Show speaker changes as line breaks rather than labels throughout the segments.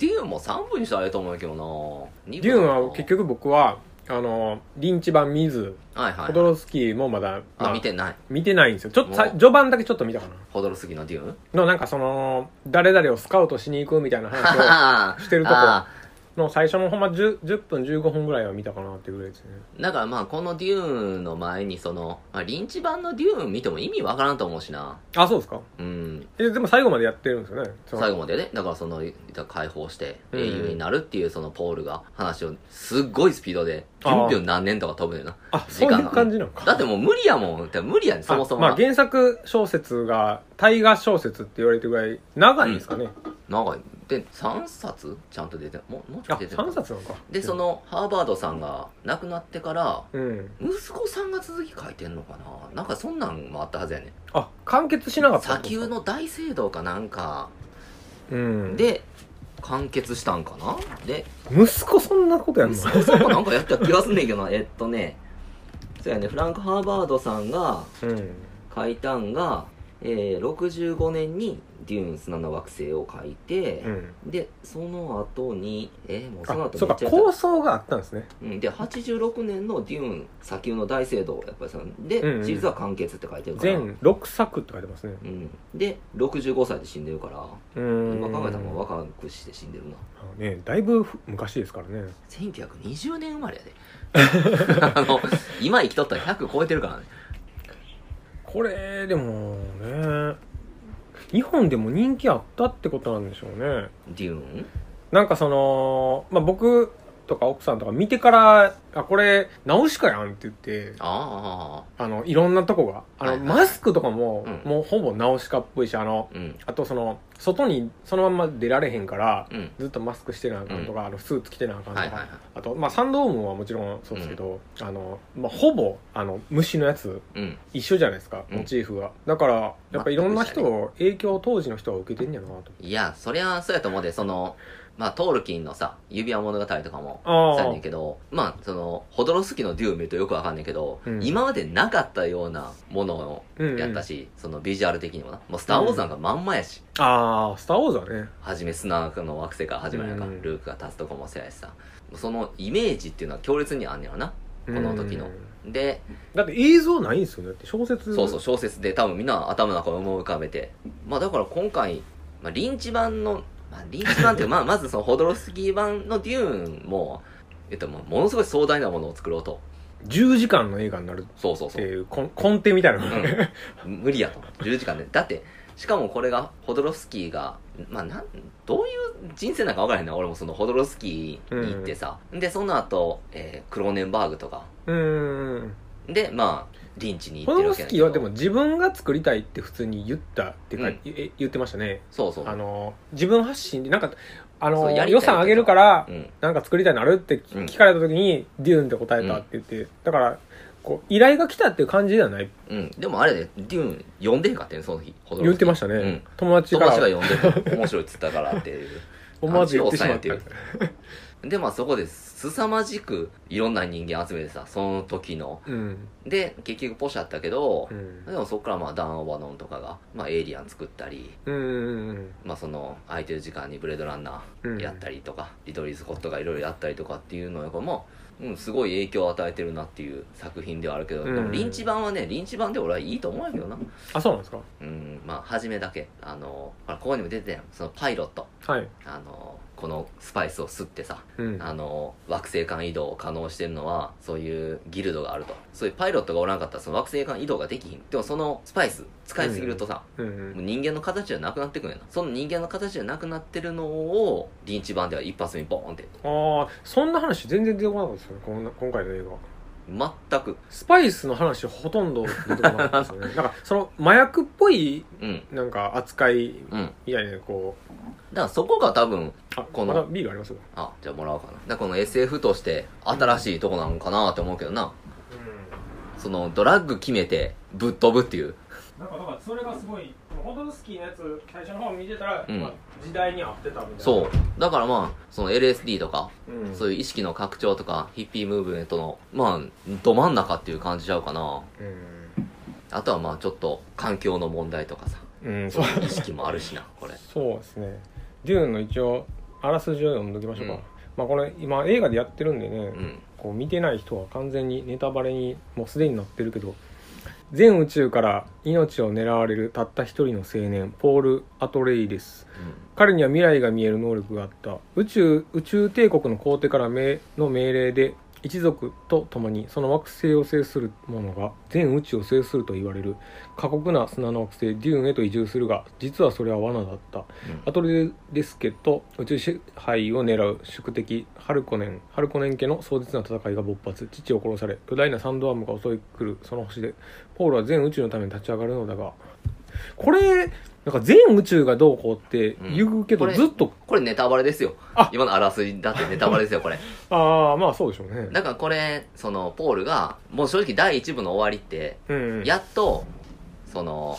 ューンも3部にしたらええと思うんやけどな
デューンは結局僕は、あの、リンチ版見ず、
局はいは
ホ
い
ド
はい
ロフスキーもまだ、ま
あ見てない
見てないんですよ。ちょっとさ、
お
序盤だけちょっと見たかな。
ホドロスキーのデューン
の、なんかその、誰々をスカウトしに行くみたいな 話してるとこ
あ
を、の最初のほんま 10, 10分15分ぐらいは見たかなっていうぐらいですね。
ーだからまあこのデューンの前にその、まあ、リンチ版のデューン見ても意味わからんと思うしな
あ、そうですか
うん
え、でも最後までやってるんですよね。その
最後までねだからその解放して
うん
英雄になるっていうそのポールが話をすっごいスピードでピ
あー
ュンピュン何年とか飛ぶねんな
あ、
時
そう
間
い
が
う感じなのか。
だってもう無理やもんって無理やねんそもそもな、
あまあ原作小説が大河小説って言われてるぐらい長いんですかね、
長いで3冊ちゃんと出てもうもうちょ
あ
っと出てるかな
3冊なのか
でそのハーバードさんが亡くなってから
うん
息子さんが続き書いてんのかななんかそんなんもあったはずやねん
あ完結しなかった
砂丘の大聖堂かなんか
うんで
で完結したんかなで
息子そんなことやんの
息子さんがなんかやった気がすんねんけどな えっとねそうやねフランク・ハーバードさんが
うん
書いたんが、えー、65年に「デューン砂の惑星」を書いて
う、ん
でその後にえー、もうその
あ
後
そう
め
か
っちゃやった
構想があったんですね
うん、で86年の「デューン砂丘の大聖堂」やっぱりそので、
うんうん
シリーズは完結って書いてるから、
全6作って書いてますね
うん、で65歳で死んでるから
うん
今考えたらもう若くして死んでるな
あのねだいぶふ昔ですからね
1920年生まれやで あの今生きとったら100超えてるからね
これでもね日本でも人気あったってことなんでしょうね
デューン
なんかその、まあ、僕とか奥さんとか見てから、あ、これ、ナウシカやんって言って、
あ
あの、いろんなとこが、あの、
はいはい
マスクとかも、
うん
もうほぼナウシカっぽいし、あの、
あうん
あとその、外にそのまんま出られへんから、
うん
ずっとマスクしてなあかんとか、あの、スーツ着てなあかんとか、
はいはいはい
あと、まあ、サンドームはもちろんそうですけど、あの、まあ、ほぼ、あの、虫のやつ、
うん
一緒じゃないですか、
うん
モチーフが。だから、やっぱいろんな人
全く
を、影響を当時の人は受けてんやなと思って。
いやそりゃそうやと思うでそのまあトールキンのさ指輪物語とかも
あ
そうや
あ
ねん、けど、まあ、その、ホドロフスキーのデューン見るとよくわかんないけど、
うん
今までなかったようなものを
うんうん
やったし、そのビジュアル的にもな。もう、スター・ウォーズなんかまんまやし、
ああ、スター・ウォーズはね、
はじめ砂の惑星から始まるやんか、
うん
ルークが立つとこもそうやしさ、そのイメージっていうのは強烈にあんねやろな。この時の
うん
で、
だって映像ないんですよねだって小説
そうそう、小説で多分みんな頭の中を思い浮かべて、まあだから今回、まあ、リンチ版の、まあ、リンチ版 っていうか、まあ、まずそのホドロフスキー版のデューンも、えっと、もうものすごい壮大なものを作ろうと。
10時間の映画になるっ
そうそうそ
て
う。
いうこん根底みたいなのがね、
うん、無理やと10時間でだってしかもこれがホドロフスキーが、まあ、なんどういう人生なんか分からへんな俺もそのホドロフスキーに行ってさ、でその後、えークローネンバーグとか
うーん
でまあリンチに行
ホ
って
ド
る
ロ
わけ
フス
や
キ
け
ー
ど
はでも自分が作りたいって普通に言ったってか、
うん
え言ってましたね
そうそう
あの自分発信でなんかあ
そ
の
うやりたい
予算上げるから
うん
なんか作りたいのあるって聞
うん
聞かれた時に、デューンって答えたって言って、だからこう依頼が来たっていう感じではない
うん、でもあれで、デューン読んでへんかってんその日ホドロ
言
フ
っ
スキ
て
ー
ましたね、
うん
友達
友
か
達が
ら
読んでて面白いっつったからっていう
思わず言ってしま
あ
っ
っち
た
が抑でまあそこですさまじくいろんな人間集めてさその時の
うん、
で結局ポシャったけど
う、ん
でもそこからまあダン・オバノンとかが、まあ、エイリアン作ったり、
うんうんうん
まあ、その空いてる時間にブレードランナ
うん
ーやったりとか、リトリー・スコットがいろいろやったりとかっていうのも、うん、すごい影響を与えてるなっていう作品ではあるけど、
うん
でもリンチ版はねリンチ版で俺はいいと思うんやけどな
あそうなんですか
うんまあ初めだけあのほらここにも出てたやんそのパイロット
はい、
あのこのスパイスを吸ってさ
うん、
あの惑星間移動を可能してるのはそういうギルドがあるとそういうパイロットがおらんかったらその惑星間移動ができひんでもそのスパイス使いすぎるとさ、
うんう
も
ん
う人間の形じゃなくなってくんやなその人間の形じゃなくなってるのをリンチ版では一発目にボーンって
ああそんな話全然出てこなかったですよねこんな今回の映画
全く
スパイスの話ほとんど出てこなかったですよね なんかその麻薬っぽい
うん
なんか扱い
うんだか
みたいなこう
らそこが多分
あ
この
まだビールあります
あじゃあもらおうかなだからこの SF として新しいとこなのかなって思うけどなそのドラッグ決めてぶっ飛ぶっていう
なんかだからそれがすごいホドルスキーのやつ最初の方見てたら、
うんまあ
時代に合ってたみたいな
そうだからまあその LSD とか
う、
そういう意識の拡張とかヒッピームーブメントのまあど真ん中っていう感じちゃうかなあとはまあちょっと環境の問題とかさ
うん、うん、そう
意識もあるしなこれ
そうですねデューンの一応あらすじを読んどきましょうか、
うん
まあこれ今映画でやってるんでね、
うん
こう見てない人は完全にネタバレにもうすでになってるけど全宇宙から命を狙われるたった一人の青年ポール・アトレイです彼には未来が見える能力があった宇宙宇宙帝国の皇帝から命の命令で一族と共にその惑星を制する者が全宇宙を制すると言われる過酷な砂の惑星デューンへと移住するが実はそれは罠だった
うん
アトレデスケと宇宙支配を狙う宿敵ハルコネンハルコネン家の壮絶な戦いが勃発父を殺され巨大なサンドアームが襲い来るその星でポールは全宇宙のために立ち上がるのだがこれなんか全宇宙がどうこうって言うけど、
うんこれ
ずっと
これネタバレですよ
あ
今のあらすじだってネタバレですよこ れ
ああまあそうでしょうね
だからこれそのポールがもう正直第1部の終わりって
うんうん
やっとその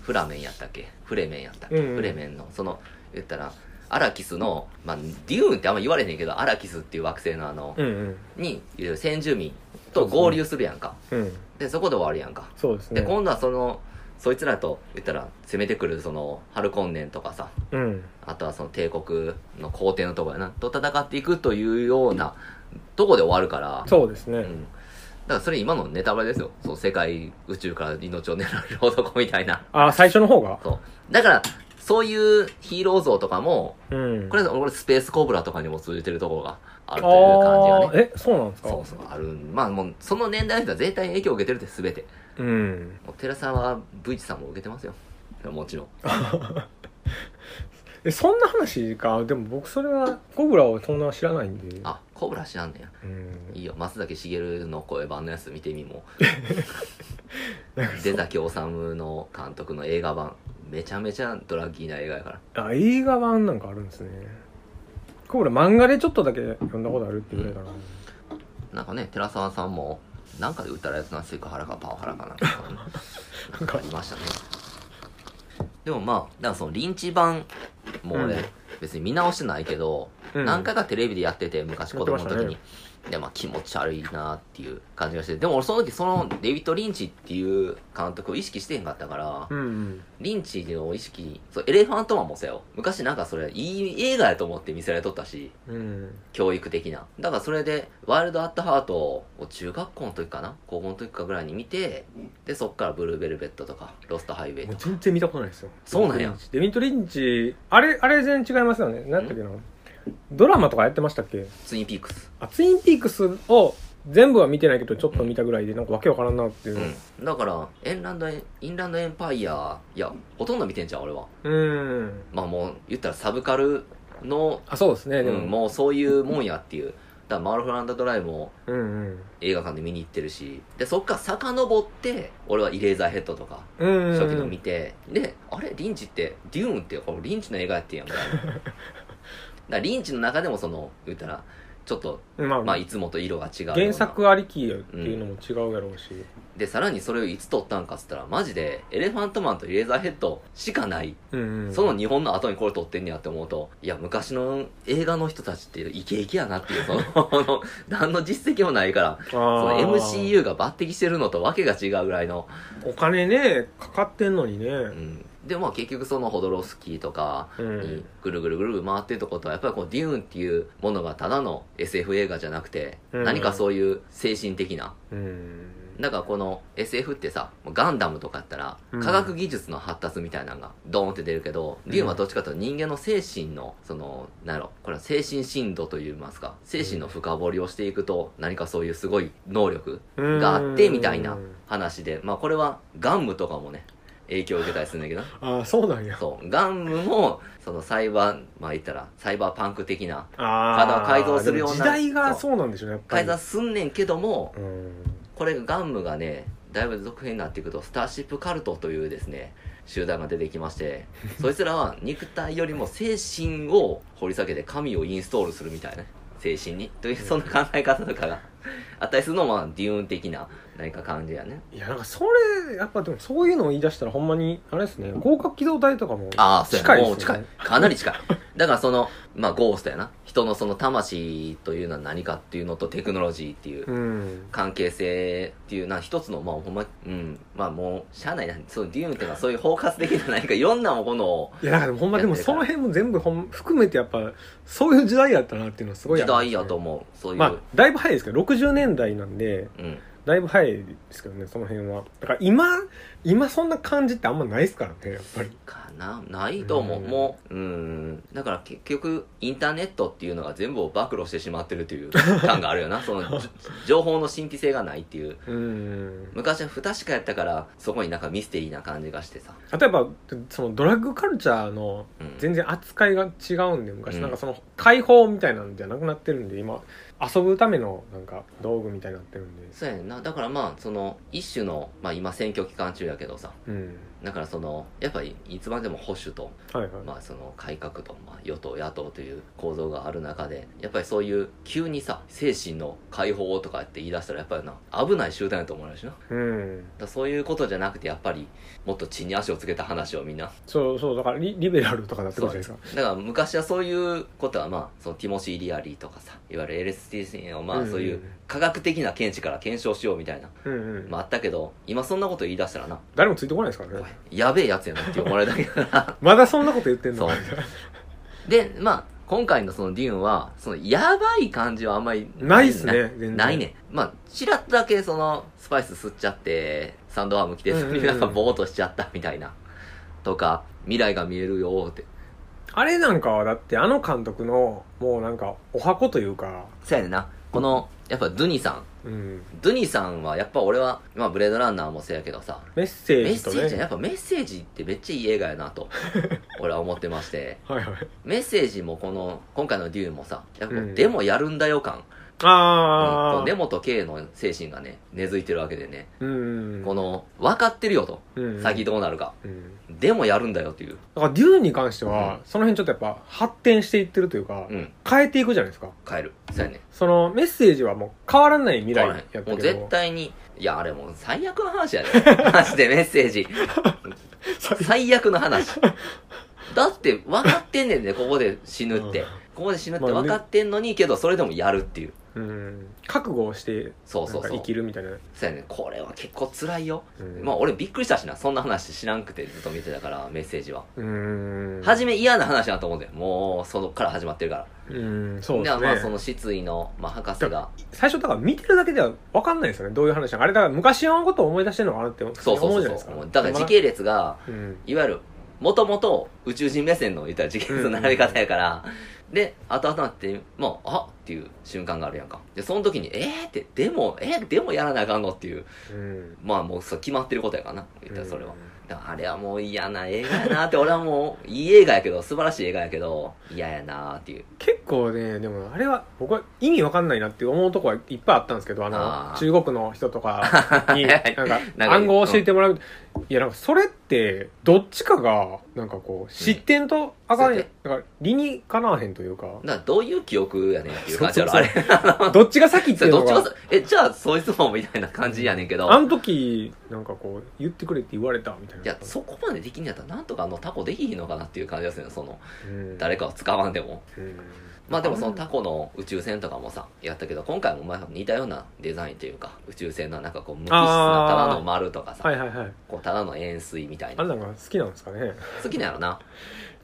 フラメンやったっけフレメンやったっけ、
うんうん
フレメンのその言ったらアラキスの、まあ、デューンってあんま言われへんけどアラキスっていう惑星のあの、
うんうん
にいる先住民と合流するやんか
うん
でそこで終わるやんか
そうです
で
ね
今度はそのそいつらと言ったら攻めてくるそのハルコンネンとかさ
うん
あとはその帝国の皇帝のとこやなと戦っていくというようなとこで終わるから
そうですね、
うん、だからそれ今のネタバレですよそう世界宇宙から命を狙う男みたいな
ああ最初の方が
そうだからそういうヒーロー像とかも
うん
これ俺スペースコブラとかにも通じてるところがあるという感じ
あ
が
あ
ね
えそうなんですか
そうそうあるまあもうその年代の人は絶対に影響を受けてるって全て
うん
もう寺さんは V チさんも受けてますよもちろん
えそんな話かでも僕それはコブラをそんな知らないんで
あコブラ知らんねや
うん
いいよ松崎しげるの声版のやつ見てみ も出崎治の監督の映画版めちゃめちゃドラッキーな映画やから
あ映画版なんかあるんですねコブラ漫画でちょっとだけ読んだことあるっていうぐらいかな、
なんかね、寺澤さんも、なんかで歌られたな、セクハラかパワハラかなんか、なんかありましたね。でもまあ、だからその、リンチ版、もう俺、
うん
別に見直してないけど、
うん
何回かテレビでやってて、昔子供の時
やってま
に
し。
で、まあ気持ち悪いなっていう感じがして、でも俺その時、そのデビッド・リンチっていう監督を意識してへんかったから、
うんうん
リンチの意識、そう、エレファントマンもそうやよ。昔なんかそれ、いい映画やと思って見せられとったし、
うん
教育的な。だからそれで、ワイルドアットハートを中学校の時かな高校の時かぐらいに見て、で、そっからブルーベルベットとか、ロストハイウェイ
も
と
う
か。
全然見たことないですよ
そうなんや
デビッド・リンチあれあれ全然違いますよね何だったっけなドラマとかやってましたっけ
ツインピークス。
あツインピークスを全部は見てないけどちょっと見たぐらいでなんかわけわからんなっていう
うん。だから、エンランドエン、インランドエンパイア、いや、ほとんど見てんじゃん、俺は。
うん、
まあもう、言ったらサブカルの、
あそうですね
う
で
ん、
も、
もうそういうもんやっていう。だから、マールフランダドライも
うん、うん
映画館で見に行ってるし、で、そっから遡って、俺はイレーザーヘッドとか、
うんうん
初期の見て、で、あれリンチって、デューンって、これリンチの映画やってんやんか。だ からリンチの中でもその、言ったら、ちょっと、
まあ、
まあ、いつもと色が違うような。
原作ありきっていうのも違うやろうし、
で、さらにそれをいつ撮ったんかっつったら、マジで、エレファントマンとレーザーヘッドしかない。
うんうん
その日本の後にこれ撮ってんねやって思うと、いや、昔の映画の人たちってイケイケやなっていう、その、 あの何の実績もないから、
そ
その MCU が抜擢してるのとわけが違うぐらいの。
お金ねかかってんのにね、
うん。で、まあ結局その、ホドロフスキーとか、
うん
にぐるぐるぐるぐる回ってるとことはやっぱりこうデューンっていうものがただの SF 映画じゃなくて
うん
何かそういう精神的な
うん
だからこの SF ってさガンダムとかやったら
うん
科学技術の発達みたいなのがドーンって出るけどデューンはどっちかというと人間の精神のそのなんやろこれは精神深度といいますか精神の深掘りをしていくと何かそういうすごい能力があってみたいな話でまあこれはガンムとかもね影響を受けたりするんだけどな
ああそうなんや
そう、ガンムも、そのサイバー、まあ言ったら、サイバーパンク的な、
あ
体を改造するような
でも時代がそうなんでしょうねやっぱ
改
り
ざんすんねんけども、
うん
これガンムがね、だいぶ続編になっていくと、スターシップカルトというですね、集団が出てきまして、そいつらは肉体よりも精神を掘り下げて神をインストールするみたいな、精神に。という、そんな考え方とかが、あったりするのも、まあ、デューン的な、何か感じやね。
いやなんかそれやっぱでもそういうのを言い出したらほんまにあれですね広角機動隊とかも
ああ、そうや
近い
ね。
です
も
よ
う
ね
近い。かなり近い。だからその、まあ、ゴーストやな。人のその魂というのは何かっていうのとテクノロジーっていう
うん
関係性っていうな一つのまあほんまうんまあもうしゃあないなそうデューンっていうのはそういう包括的な何かいろんなものを
いやだからほんまでもその辺も全部ほん含めてやっぱそういう時代やったなっていうのはすごい
時
あります
代やと思うそういう、
まあだいぶ早いですけど60年代なんで
うん
だいぶ早いですけどねその辺はだから今今そんな感じってあんまないですからねやっぱり
かなないと思う、
うん
もううんだから結局インターネットっていうのが全部を暴露してしまってるという感があるよな そのじ情報の神秘性がないっていう
うん
昔は不確かやったからそこになんかミステリーな感じがしてさ、
例えばそのドラッグカルチャーの
うん、
全然扱いが違うんで昔、
うん
なんかその解放みたいなんじゃなくなってるんで今遊ぶためのなんか道具みたいになってるんで
そうやねんなだからまあその一種の、まあ、今選挙期間中やけどさ
うん
だからそのやっぱりいつまでも保守と、
はいはい、
まあ、その改革と、まあ、与党野党という構造がある中でやっぱりそういう急にさ精神の解放とかって言い出したらやっぱりな危ない集団やと思われるしなだか
うん
らそういうことじゃなくてやっぱりもっと地に足をつけた話をみんな
そうそうだからリリベラルとかなってくるじゃないですか
だから昔はそういうことはまあそのティモシー・リアリーとかさいわゆる LSTC をまあ
うん
そういう科学的な見地から検証しようみたいな、
うんうん、
まあ、あったけど今そんなこと言い出したらな
誰もついてこないですから
おい
ね
やべえやつやなって思われるだけだから
まだそんなこと言ってんの
そうで、まあ、今回のそのディーンは、その、やばい感じはあんまり
ないっすね全然
ないね。まあ、ちらっとだけその、スパイス吸っちゃって、サンドアーム着て、
うんうんうん
なんかボーっとしちゃったみたいな。とか、未来が見えるよーって。
あれなんかはだってあの監督のもうなんかお箱というか
そうやねんな。この、やっぱドゥニさん。
うん
ドゥニさんは、やっぱ俺は、まあ、ブレードランナーもそうやけどさ、
メッセ
メ
ー
ッ
ジ
セ
と
ージ、や
ね
っぱメッセージってめっちゃいい映画やな と、俺は思ってまして、
はいはい
メッセージもこの、今回のデューンもさ、やっぱこ
う
うんでもやるんだよ感、
ああ、
根本圭の精神がね根付いてるわけでね、
うん
この分かってるよと、
うん
先どうなるか
うん
でもやるんだよっていう、
だからデューンに関しては、
うん
その辺ちょっとやっぱ発展していってるというか、
うん、
変えていくじゃないですか
変えるそうやね
そのメッセージはもう変わらない未来やったけど
もう絶対にいやあれもう最悪の話やねマジで メッセージ最悪の話だって分かってんねんねここで死ぬって、
うん
ここで死ぬって分かってんのにけどそれでもやるっていう
うん、覚悟をして
そう
な
そ
ん
う
か
そう
生きるみたいな
そうやねこれは結構辛いよ、
うん
まあ俺びっくりしたしなそんな話知らんくてずっと見てたからメッセージは
うん
初め嫌な話だと思うんだよもうそこから始まってるから
うんそうですね
まあその失意の、まあ、博士が
最初だから見てるだけでは分かんないですよねどういう話なのかあれだから昔のことを思い出してるのかなって思うじ
そう
ゃ
そう
な
そ
いうです
そ
か
うだから時系列が
うん
いわゆるもともと宇宙人目線の言ったら時系列の並び方やから、で後々なってもうあっていう瞬間があるやんかでその時にえー、ってでもえー、でもやらなあかんのっていう
うん
まあもうそう決まってることやからな言ったらそれは、
う
だからあれはもう嫌な映画やなって俺はもういい映画やけど素晴らしい映画やけど嫌やなっていうん
結構ねでもあれは僕は意味わかんないなって思うとこはいっぱいあったんですけどあの
あー
中国の人とかに
は
ないんか
なんか
暗号を教えてもらう、いやなんかそれってどっちかがなんかこう失点とあかん、
そうや
だ
ね
から理にかなわへんとい うか
だからどういう記憶やねんっていう感じやろ
そ
あ
うそ
れ
うどっちが先っ
そ
てい
れど
うの
っち
が
もさえじゃあそいつもみたいな感じやねんけど
あの時なんかこう言ってくれって言われたみたいない
やそこまでできんやったらなんとかあのタコできひんのかなっていう感じですよねその
うん
誰かを使わんでも
うん
まあでもそのタコの宇宙船とかもさやったけど今回もまあ似たようなデザインというか宇宙船のなんかこう無機質なただの丸とかさ、
はいはいはい
こうただの円錐みたい
あ
なん
なんが好きなんですかね
好きなんやろな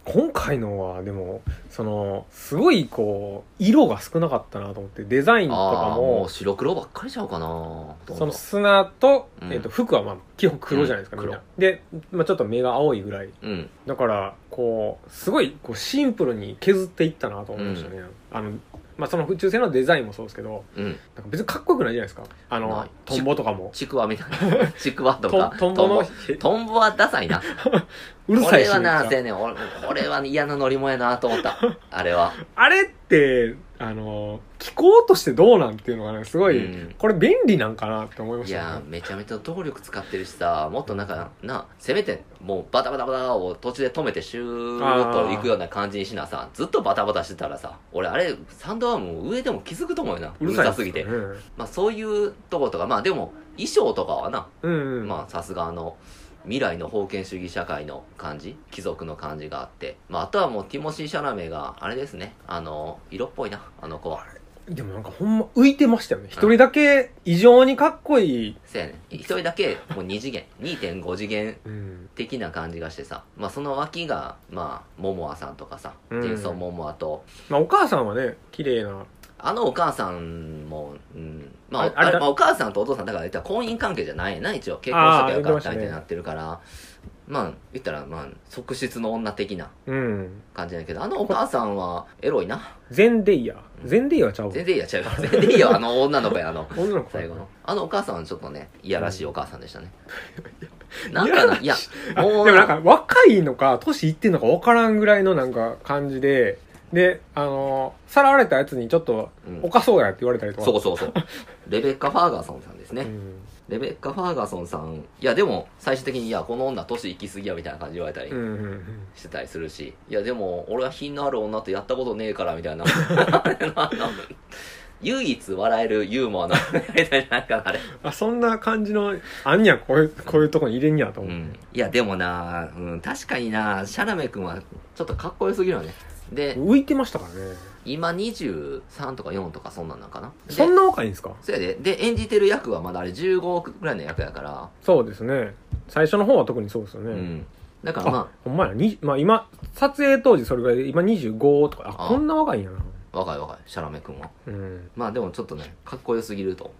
今回のはでもそのすごいこう色が少なかったなと思ってデザインと
あ
か
あも
も
う白黒ばっかりちゃうかなほとんど
その砂と,、
うん
えっと服はまあ基本黒じゃないですか、
うん
みんなで、まあ、ちょっと目が青いぐらい
うん
だからこうすごいこうシンプルに削っていったなと思いましたね、あのまあその宇宙船のデザインもそうですけど
うん
なんか別にかっこよくないじゃないですかあ
な
の
い
トンボとかも
ちくわみたいな ちくわと
ト
か
ントンボの
トトンボはダサいな
うる
こ
さい
れ
し
はな
め
せ
っちゃ
やねん俺これは嫌な乗り物やなと思ったあれは
あれってあの気候としてどうなんていうのがねすごい、
うん
これ便利なんかなって思いま
い
したね
やめちゃめちゃ動力使ってるしさもっとなんかなせめてもうバタバタバタを途中で止めてシューッと行くような感じにしなさずっとバタバタしてたらさ俺あれサンドアーム上でも気づくと思うよなうるさすぎて、
ですよね
まあ、そういうとことかまあでも衣装とかはな、
うんうん
まあさすがあの未来の封建主義社会の感じ貴族の感じがあって、まあ、あとはもうティモシー・シャラメがあれですねあの色っぽいなあの子は
でもなんかほんま浮いてましたよね一人だけ異常にかっこいい、
せやね一人だけもう2次元2.5次 元
うん、
的な感じがしてさ、まあ、その脇がまあモモアさんとかさ
うん
ジェイソン・モモアと
まあお母さんはね綺麗な
あのお母さんも、うんまあ、
ああれ
あれ
だ
まあお母さんとお父さんだから言ったら婚姻関係じゃないな一応結婚しときゃよかったみたいになってるからまあ言ったらまあ側室の女的な
うん
感じだけどあのお母さんはエロいな
ゼンデイヤゼンデイヤちゃうわ
全然いいやちゃう 全然いいよあの女の子やあの
女の子
最後のあのお母さんはちょっとねいやらしいお母さんでしたね、なんかないや
あ
もう
でもなんか若いのか年いってんのか分からんぐらいのなんか感じでであのーさらわれたやつにちょっと
うん
おかそうやって言われたりとか、
そうそうそうレベッカ・ファーガーソンさんですね、
うん
レベッカ・ファーガソンさんいやでも最終的にいやこの女年行き過ぎやみたいな感じ言われたり
うんうんうん
してたりするし、いやでも俺は品のある女とやったことねえからみ たいなあの唯一笑えるユーモアのみたいななんかあれ、
あそんな感じのあんにゃこういうこういうとこに入れんにゃと
う
思う、
ん、いやでもな、うん、確かになシャラメ君はちょっとかっこよすぎるよねで
浮いてましたからね
今23とか4とかそんなんなんかなで
そんな若いんですか
そやでで演じてる役はまだあれ15億ぐらいの役やから、
そうですね最初の方は特にそうですよね、
うん、だからまあ
あほんまや、にまあ、今撮影当時それぐらいで今25とかあ
あ
こんな若いんやな
若い若いシャラメ君は
うん
まあでもちょっとねかっこよすぎると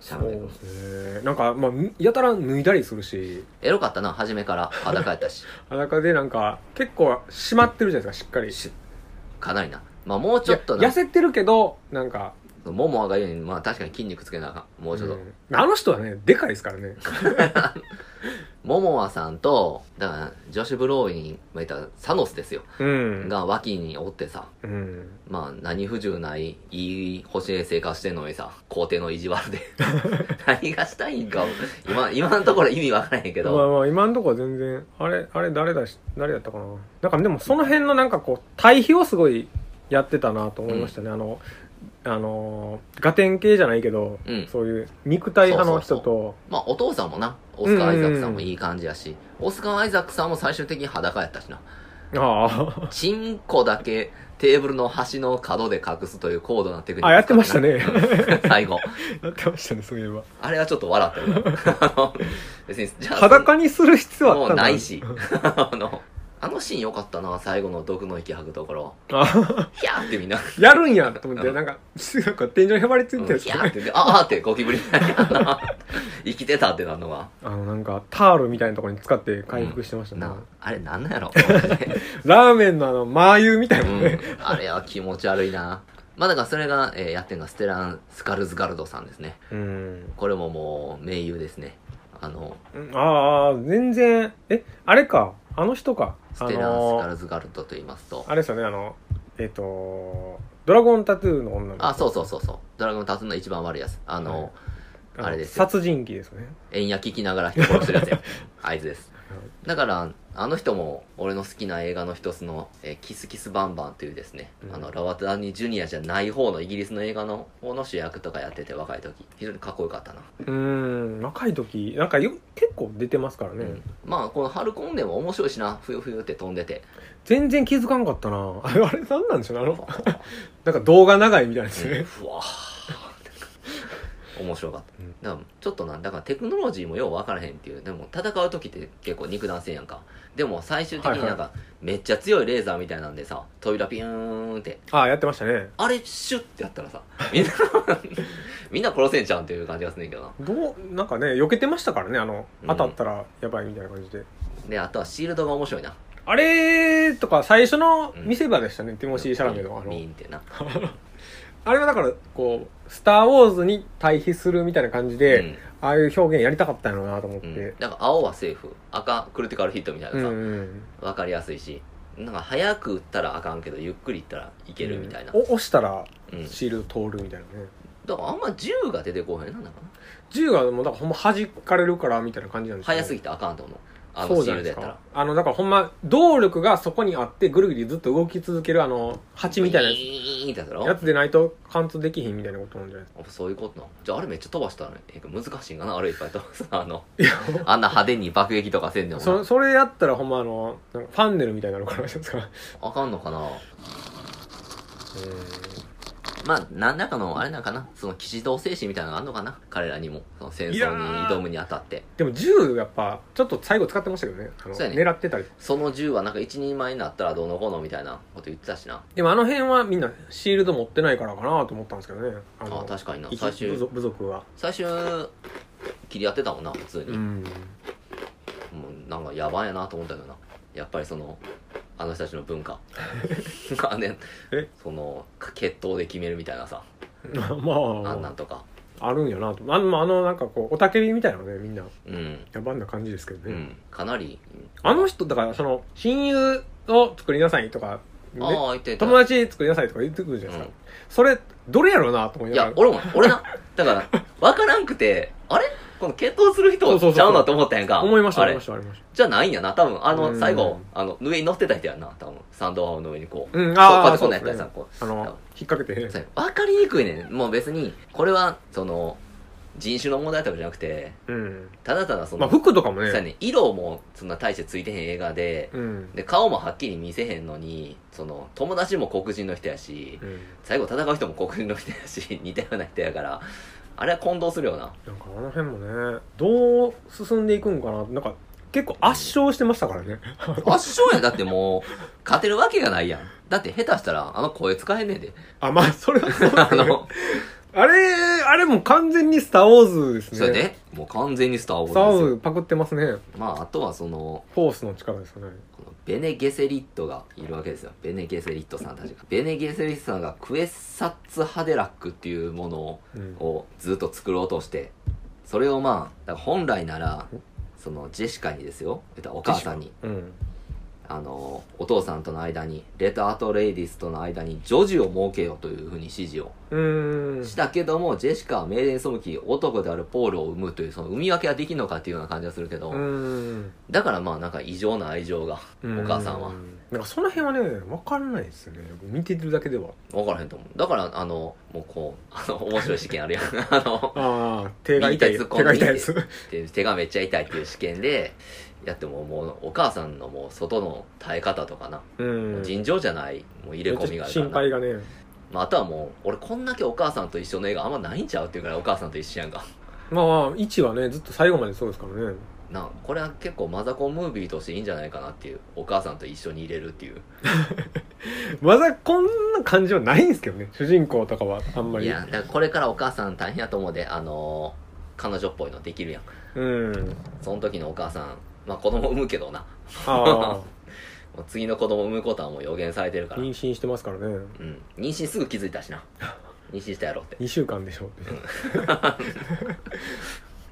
シャ
そ
ラ
う
メ
で
君
すねなんか、まあ、やたら脱いだりするし
エロかったな初めから裸やったし
裸でなんか結構締まってるじゃないですかしっかり
しかなりなまあもうちょっと
い
な
や痩せてるけどなんか
モモアが言うようにまあ確かに筋肉つけなあかんもうちょっと、
うんあの人はねでかいですからね
モモアさんとだからジョシュ・ブローインまあ言ったらサノスですよ、
うん、
が脇におってさ
うん、
まあ何不自由ないいい星で生活してんのにさ皇帝の意地悪 で何がしたいんか今今のところ意味わからへんけ
ま
ど、
あまあ今んとこは全然あれあれ誰だし誰だったかななんかでもその辺のなんかこう対比をすごいやってたなと思いましたね、あのあのーガテン系じゃないけど、
うん
そういう肉体派の人と
そうまあお父さんもなオスカー・アイザックさんもいい感じやし、オスカー・アイザックさんも最終的に裸やったしな
あ
チンコだけテーブルの端の角で隠すという高度なテ クニック
ああやってましたね
最後
やってましたねそういえば
あれはちょっと笑ったよあの別にじゃあ
裸にする必要あ
も
っ
う
たんだ
ないし あのあのシーン良かったな最後の毒の息吐くところ
あ
ヒャーってみんな
やるんやと思って
うん
なんかなんか天井にへばりついてるんです
ヒ
け
ャ
ど
ーってああってゴキブリみたいな 生きてたってなるのが
あのなんかタオルみたいなところに使って回復してましたね、
なあれなんなんやろ、う
ラーメンのあのマー油みたいなね、
ん、あれは気持ち悪いなまあだからそれが、えーやってんがステラン・スカルズガルドさんですね
うん。
これももう名優ですねあの
ああ、全然、え、あれか、あの人か。
ステラン・スカ
あのー
ルズガルドと言いますと
あれですよね、あの、えっ、と、ドラゴンタトゥーの女の子。
あそうそうそうそうドラゴンタツの一番悪いやつあの、
はい
あれですよ
殺人鬼ですよね。
円や聞きながら人殺してるやつ やあいつですだからあの人も俺の好きな映画の一つの「えーキスキスバンバン」というですね、
うん
あのラワタニジュニアじゃない方のイギリスの映画の方の主役とかやってて若い時非常にかっこよかったな、
うーん、若い時、なんかよ結構出てますから
う
ね。
ん、まあこの「春コンデ」も面白いしなふよふよって飛んで て
全然気づかんかったな。 あれ、あれなんなんでしょうね、あ
ふ
の、
わふわ
なんか動画長いみたいです
うん
ね。
ふわー面白かった、
うん
だからちょっとなんだからテクノロジーもよう分からへんっていうでも戦う時って結構肉弾戦やんかでも最終的になんかめっちゃ強いレーザーみたいなんでさ扉ピューンって
ああ、やってましたね。
あれシュッてやったらさみんな みんな殺せんじゃんっていう感じがすんねんけどな
どう、なんかね、避けてましたからね、あの
う、ん
当たったらやばいみたいな感じで。
であとはシールドが面白いな
あれとか、最初の見せ場でしたね、ティモシー・シャラメの。あの
ミーンってな
あれはだから、こう、スター・ウォーズに対比するみたいな感じで、
うん
ああいう表現やりたかったんやろうなと思っ
う
て。
ん、なんか青はセーフ赤クリティカルヒットみたいな
うん
さ、
うん
分かりやすいしなんか早く打ったらあかんけどゆっくり打ったらいけるみたいな、
お押したら
うん
シールド通るみたいなね。
だからあんま銃が出てこうへんなんだかな
銃がもうだからほんま弾かれるからみたいな感じなんですよ
早すぎてあかんと思うあ
そ
の
う
ス
じ
チ
ゃ
ー
な
ル
いで
ですやったら
かあのだからほんま動力がそこにあってぐるぐるずっと動き続けるあの鉢みたいな
ウ
や
ィーンってやつだ
つ
ろ
やつでないと貫通できひんみたいなことなんじゃない
あそういうことなじゃああれめっちゃ飛ばしたらねえ難しいんかなあれいっぱい飛ばす あの
ですか
あんな派手に爆撃とかせんでも
そそれやったらほんまあのなんかファンネルみたいになのかなちょっと
あかんのかな
う
まあ何らかのあれなんかなその騎士道精神みたいなのがあんのかな彼らにもその戦争に挑むにあたって
んでも銃やっぱちょっと最後使ってましたけどねあの
そうやね
狙ってたり
その銃はなんか一人前になったらどうのこうのみたいなこと言ってたしな
でもあの辺はみんなシールド持ってないからかなと思ったんですけどねあ
あ
の
確かにな
一
最
部
終
族部族は
最終切り合ってたもんな普通に、
うん
もうなんかやばいなと思ったけどなやっぱりそのあの人たちの文化あね
え
その決闘で決めるみたいなさ
ま
あ
あ
んな
ま
んとか
ああるんやなとあのあのなんかこうおたけびみたいなのねみんな
うん、
野蛮な感じですけ
う
どね、
ん、かなり
あの人だからその親友を作りなさいとか、ね
ああー言ってた
友達作りなさいとか言ってくるじゃないですか、それどれやろうなと思い
い
なが
や
ら
俺も俺なだから分からんくてあれこの決闘する
そうそうそ
人
う
ちゃうなと思ったやんか
思いました
あ
思い
れ
ました思いました
じゃないんやな多分あ
う
の
ん
最後あの上に乗ってた人やんな多分サンドアームの上にこう、
うん
こうや
あ
って
あ
こんなんやった
そうで
やつ
す
や
ね
んこう
あの引っ掛けて
そう分かりにくいねんもう別にこれはその人種の問題とかじゃなくて
うん
ただただその、
まあ服とかも
そうや
ね
ね色もそんな大してついてへん映画で,、
うん
で顔もはっきり見せへんのにその友達も黒人の人やし
うん
最後戦う人も黒人の人やし 似たような人やからあれは混同するよな
なんかあの辺もねどう進んでいくんかななんか結構圧勝してましたからね
圧勝やんだってもう勝てるわけがないやんだって下手したらあの声使えんねんで
あ まあそれはそうだ
あ
けど
の
あれあれもう完全に「スター・ウォーズ」ですね
それで、もう完全にスター・ウォ
スター・ウォ
ー
ー
ズ
ズパクってますね
ですまああとはその
フォースの力ですよね
このベネ・ゲセリットがいるわけですよベネ・ゲセリットさんたちがベネ・ゲセリットさんがクエッサッツ・ハデラックっていうものを
うん
をずっと作ろうとしてそれをまあだから本来ならそのジェシカにですよ言ったらお母さんに
うん
あのお父さんとの間にレターとレイディスとの間に女児を設けようというふうに指示を
うーん
したけども、ジェシカは命令に背き男であるポールを産むというその産み分けはできるのかっていうような感じがするけど、
うーん
だからまあなんか異常な愛情がお母さんは
うなんかその辺はね分からないですよね見てるだけでは
分からへんと思うだからあのもうこうあの面白い試験あるやんあの
ああ手が痛い
右手突っ込んで
手が痛いです
で手がめっちゃ痛いっていう試験でやってももうお母さんのもう外の耐え方とかな、
うん
尋常じゃないもう入れ込みがあるからな
心配がね
まあ、あとはもう俺こんだけお母さんと一緒の映画あんまないんちゃうっていうからいお母さんと一緒やんか
まあまあ位置はねずっと最後までそうですからね
なあこれは結構マザコンムービーとしていいんじゃないかなっていうお母さんと一緒に入れるっていう
まだこんな感じはないんですけどね主人公とかはあんまり
いやだからこれからお母さん大変やと思うであのー彼女っぽいのできるやん
うん
その時のお母さんまあ子供産むけどな
ああ
もう次の子供産むことはもう予言されてるから
妊娠してますからね
うん、妊娠すぐ気づいたしな 妊娠したやろって
2週間でしょ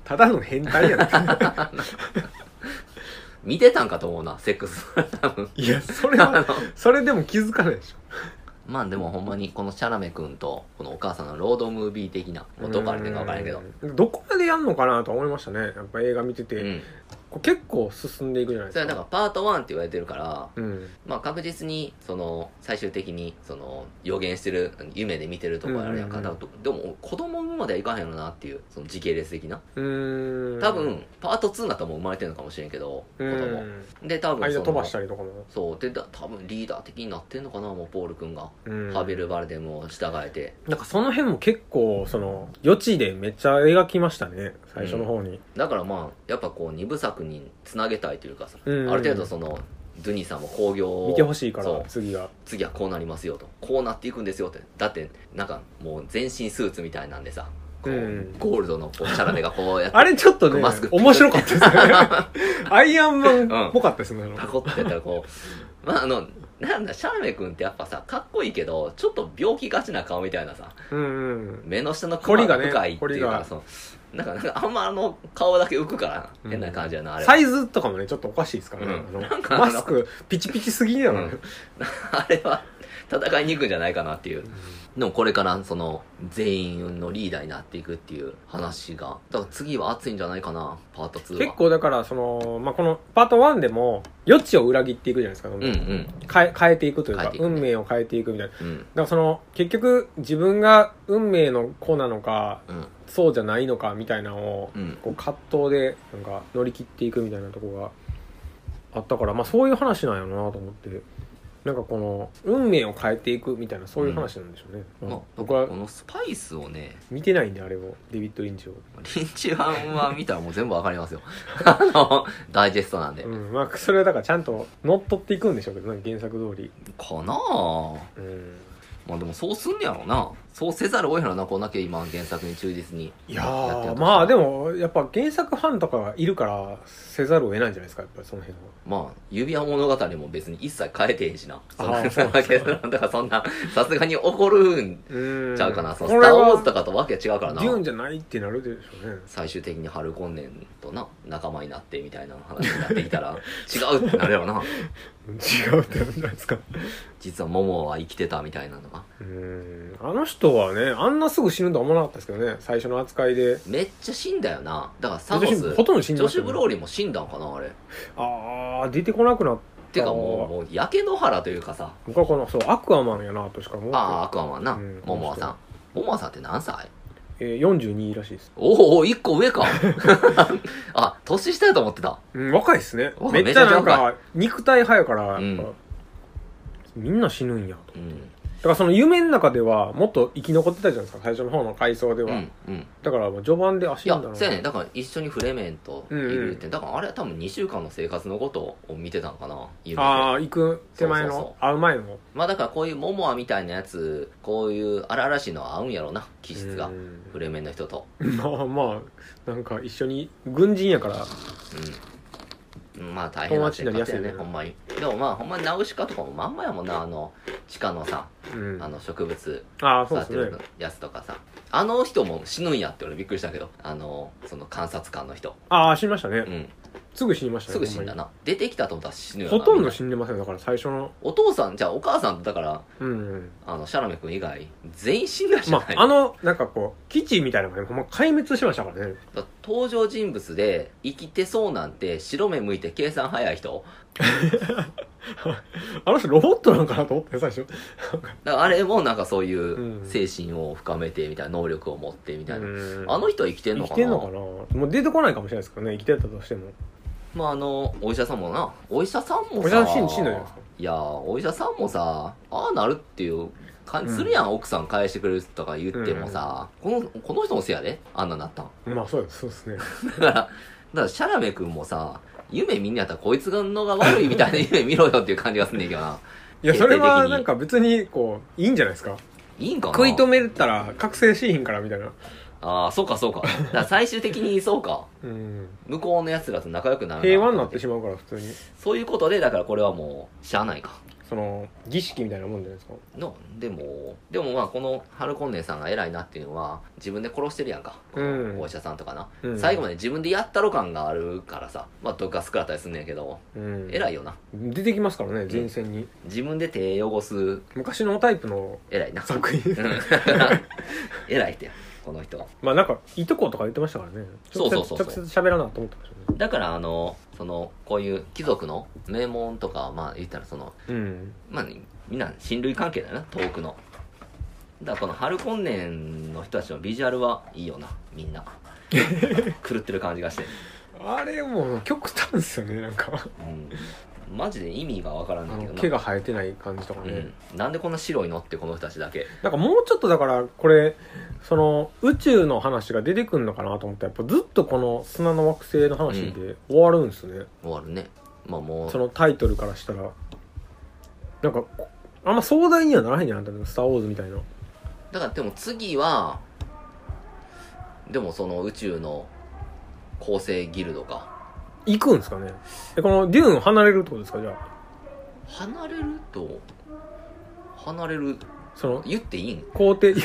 ただの変態やな
見てたんかと思うなセックス 多分
いやそれ
あ
は
の
それでも気づかないでしょ
まあでもほんまにこのシャラメ君とこのお母さんのロードムービー的なもうどこから出てるか分からんけど
うんどこまでやんのかなとは思いましたねやっぱ映画見て
う
て、
ん
こう結構進んでいくじゃない
それ
です
は
か
だからパート1って言われてるから
うん
まあ確実にその最終的にその予言してる夢で見てるとこあるやんか
うんうんうん
だとでも子供産むまではいかへんよなっていうその時系列的な
うーん
多分パート2だともう生まれてるのかもしれんけど子
う
供
ん
で多分そ
間
の
飛ばしたりとかも
そうでだ多分リーダー的になってんのかなもうポール君が
うん
ハベル・バルデムを従えて
なんかその辺も結構その余地でめっちゃ描きましたね最初の方に、
だからまあやっぱこう二部作につなげたいというかさ、
うん
ある程度そのドゥニーさんも興行を
見てほしいか
そ
ら
う
次が
次はこうなりますよとこうなっていくんですよってだってなんかもう全身スーツみたいなんでさこう、
うん
ゴールドの こうシャラメがこうやって
あれちょっとね
マスク
面白かったです ねアイアンマンっぽかったですね、
パコってやったらこうまああのなんだシャラメ君ってやっぱさかっこいいけどちょっと病気がちな顔みたいなさ
うんうん
目の下のコリが
凝りが
深
ね
いっていう
凝り
か、
が
そのなんかなんかあんまあの顔だけ浮くから
うん
変な感じやな、あれは
サイズとかもねちょっとおかしいですからね、
うん
あの
なんかあの
マスクピチピチすぎや
う
な、
ん あれは戦いに行くんじゃないかなっていう。でもこれからその全員のリーダーになっていくっていう話が。だから次は熱いんじゃないかな、パート2は。
結構だからその、まあ、このパート1でも余地を裏切っていくじゃないですか、どん
う
ど
ん
ん
うん。
変え変えていくという
変え
か
ていくね
運命を変えていくみたいなだか
うん。
らその結局自分が運命の子なのか
うん。
そうじゃないのかみたいなのを
うん。
こう葛藤でなんか乗り切っていくみたいなとこがあったから、まあ、そういう話なんやろなと思ってなんかこの運命を変えていくみたいなそういう話なんでしょうね、うん
まあ、
僕
僕は
は
このスパイスをね、
見てないんであれをデビッド・リンチを、
リンチワンは見たらもう全部わかりますよ。 あの、ダイジェストなんで
う。んまあ、それはだからちゃんと乗っ取っていくんでしょうけどね原作通り、
かなぁ。
うん、
まあでもそうすんねやろな。そうせざるを得へんやろな、こんだけ今原作に忠実に。
いや
やってる
ー
と
まあで
も。
もやっぱ原作ファンとかがいるからせざるを得ないんじゃないですかやっぱりその辺は
まあ、指輪物語も別に一切変えてへんしな。
あ
そんな
ーそうなん
結論だからそんな、さすがに怒るん
うん
ちゃうかな。そ
こ
の
れ
スター・ウォー
は
ズとかとわけ違うからな
デ。ューンじゃないってなるでしょうね
最終的にハルコンネンとな、仲間になってみたいな話になってきたら、違うってなるやろな。
違うってなんないですか
実はモモは生きてたみたいなのが。
うーんあの人はねあんなすぐ死ぬとは思わなかったですけどね最初の扱いで
めっちゃ死んだよな。だからサノス、ジ
ほとんど死んで
ョ
まし
シ
た
ュ・
ね
ブローリーも死んだんかな、あれ。
ああ出てこなくなった
てかもう、もう焼け野原というかさ、
僕はこのそうアクアマンやなとしか思って
ああ、アクアマンな、
うん
モモアさん。モモアさんって何歳
えー、42らしいです、
おお、一個上 か。あ、年下やと思ってた。
うん、若いですね
若
め
い
っちゃなん
めちゃ
か肉体派やから、
うん
やっぱみんな死ぬんやと
うん。
だからその夢の中ではもっと生き残ってたじゃないですか最初の方の回想で
う
は、
ん。うん。
だからもう序盤で足
い
な
や
んだ、ろう
そう
な
やねんだから一緒にフレメンといるって、だからあれは多分2週間の生活のことを見てたんかな、夢で。
ああ行く手前の
そうそうそ
会う前の
まあだからこういうモモアみたいなやつ、こういう荒々しいのは合うんやろうな、気質が
う。ん
フレメンの人と。
まあまあなんか一緒に軍人やから
うん。まあ大変な生活やね、
友達になりやすいね
ほんまに。でもまあほんまにナウシカとかもまんまやもんな、あの、地下のさ、
うん
あの植物
ああそう
育
で
て
す
る
ね
やつとかさ。あの人も死ぬんやって俺びっくりしたけど、あの、その観察官の人。
ああ死にましたね、
うん。
すぐ死にましたね
すぐ死んだな。出てきたと思ったら死ぬ
ほん
よな
まにほとん
み
ど
な
死んでませんだから最初の
お父さん、じゃあお母さんとだから、
うん
あの、シャラメ君以外、全員死んだじゃ
ま
ない、
ああのなんかこう基地みたいなのがねほんま壊滅しましたからね
だから登場人物で生きてそうなんて白目向いて計算早い人
あの人ロボットなんかなと思って最初
だからあれもなんかそうい
ん
う精神を深めてみたいな能力を持ってみたいな、
うん
あの人は生きてん
生
のか
き
な
てんのかなもう出てこないかもしれないですけどね生きてたとしても
まああのお医者さんもなお医者さんも
お医
さ
者さん死ん死んだじゃないですか
いやーお医者さんもさああなるっていう感じするやん、奥さん返してくれるとか言ってもさ、このこの人のせいやであんななったん
まあそうですそうですね
だから、だからシャラメ君もさ、夢みんなやったらこいつのが悪いみたいな夢見ろよっていう感じがすんねんけどな。
いやそれ
決定的
は
に
なんか別にこういいんじゃないですか
いいんかな
食い止めたら覚醒しひんからみたいな
ああ、そうかそうか。だから最終的にそうか。
うん
向こうの奴らと仲良くなる
平和になってし
ま
まうから普通に
う。そういうことで、だからこれはもう、しゃあないか。
その儀式みたいなもんじゃないですか
の、でも、でもまあこのハルコンネンさんが偉いなっていうのは、自分で殺してるやんか。
うん
お医者さんとかな。
うん
最後まで自分でやったろ感があるからさ、まあ毒が少なかったりすんねんけど、
うん
偉いよな。
出てきますからね前線に
自分で手汚す、
昔のタイプの
偉いな。
作品
偉いってこの人
まあなんかいとことか言ってましたからね
そうそうそうそう
直接直接喋らなと思ってましたね
だからあのそのこういう貴族の名門とかまあ言ったらその
うん
まあみんな親類関係だよな遠くのだからこの春今年の人たちのビジュアルはいいよなみん な狂ってる感じがして、
あれもう極端ですよねなんか
うん、マジで意味がわから
あ
んねんけど
の
な
毛が生えてない感じとか
う
ね、
ん、なんでこんな白いのってこの人たちだけ
なんかもうちょっとだからこれその宇宙の話が出てくるのかなと思ったらやっぱずっとこの砂の惑星の話で終わるんですね、
終わるねまあもう
そのタイトルからしたらなんかあんま壮大にはならへんやん「スター・ウォーズ」みたいな
だからでも次はでもその宇宙の構成ギルドか
行くんですかねえこのデューン離れるってことですかじゃあ
離れると離れる
その
言っていい ん
皇帝いや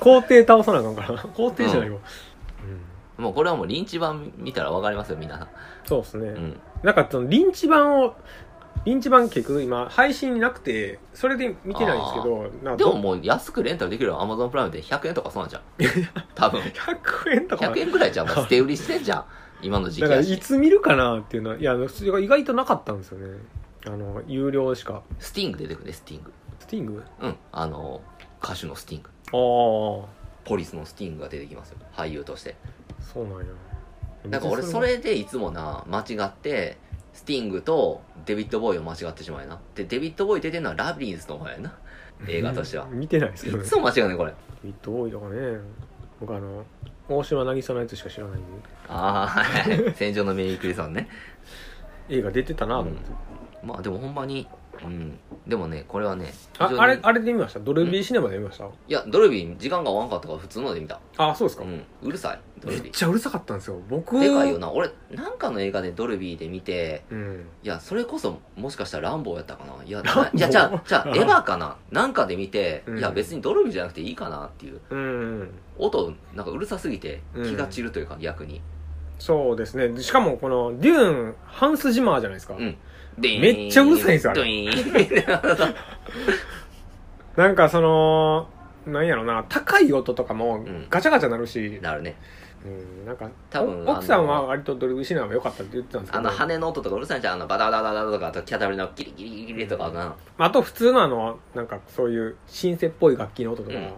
皇帝倒さなあかんから皇帝じゃないわ、うん
もうこれはもうリンチ版見たらわかりますよみんな、
そうですね、
うん、
なんかそのリンチ版をリンチ版結局今配信なくてそれで見てないんですけどなんか
でももう安くレンタルできるアマゾンプライムで100円とかそうなんじ ゃん。多分。
100円とか
100円ぐらいじゃん。もう捨て売りしてんじゃん。今の時期
だから
や
い
し。
つ見るかなっていうのはいやそれが意外となかったんですよねあの有料しか
スティング出てくるね、スティング。
スティング
うん。あの、歌手のスティング。
ああそ
ポリスのスティングが出てきますよ。俳優として。
うなんや。
なんか俺それでいつもな、間違って、スティングとデビッド・ボーイを間違ってしまうよな。で、デビッド・ボーイ出てるのはラビリンスの方やな。映画としては
見てないです
い
けどね
つも間違うね、これ。
ビット多いとかね僕あの大島渚のやつしか知らないん
ああ、はい。戦場のメリークリスマスね。
で映画出てたなと思って、
まあでもほんまに、うん。でもね、これはね、非常に
ああれあれで見ましたドルビーシネマで見ました
いや、ドルビー時間が合わんかったから普通ので見た。
あそうです
う
か、
ん。うるさい、ド
め
ル
っ
ビー。
ちゃうるさかったんですよ僕
でかいよな。俺、なんかの映画でドルビーで見て、
うん
いや、それこそ、もしかしたらランボーやったかな。いや、
ランボー
なじゃあ、じゃあ、じゃあ、エヴァかな。なんかで見て、
うん
いや、別にドルビーじゃなくていいかなっていう。
うん
音、なんかうるさすぎて、
うん
気が散るというか、逆に。
そうですねしかもこのデューンハンス・ジマーじゃないですか、
うんでーん
めっちゃうるさいんすよあれ
ドイーン
なんかそのなんやろな高い音とかも
ん
ガチャガチャなるし、
なるね。
うんなんか
多分
お奥さん
あ
は
の
割とドルビーシネマが良かったって言ってたんですけ
あ
ど
の、羽の音とかうるさいじゃん。あの、バタバタバタとか、あと、キャタブリのギリギリギリとかな。
あと普通のあのなんかそういうシンセっぽい楽器の音とか、
うん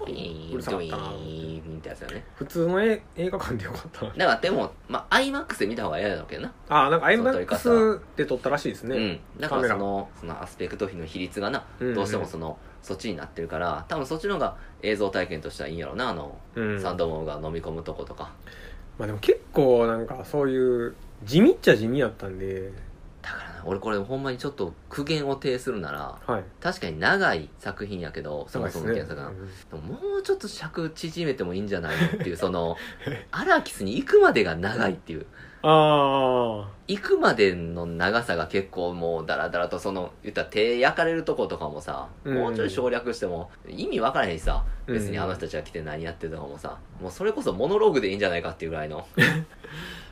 ドイー
う
ン、
るさか
ド
っ
イ
たな
ーンってやつだよね。
普通のえ映画館でよかったな
だからでも、まあ、IMAX で見た方が嫌だろうけどな。
あなんか
その撮り方
IMAX で撮ったらしいですね、
うん。だか
カメ
ら
ラ
その、そのアスペクト比の比率がな、
うんうん
どうしてもその、そっちになってるから、多分そっちの方が映像体験としてはいいんやろうな、あの、
うん
サンドモムが飲み込むとことか。
まあでも結構なんかそういう地味っちゃ地味やったんで
だからな、俺これほんまにちょっと苦言を呈するなら、
はい
確かに長い作品やけど、そもそもの
長い
原
です
作が。
ね
でももうちょっと尺縮めてもいいんじゃないのっていう、その、 アラキスに行くまでが長いっていう。
うんあ
行くまでの長さが結構もうダラダラとその言ったら手焼かれるとことかもさ、
うん
もうちょい省略しても意味わからへんしさ
うん
別にあの人たちが来て何やってるとかもさもうそれこそモノローグでいいんじゃないかっていうぐらいの、
あ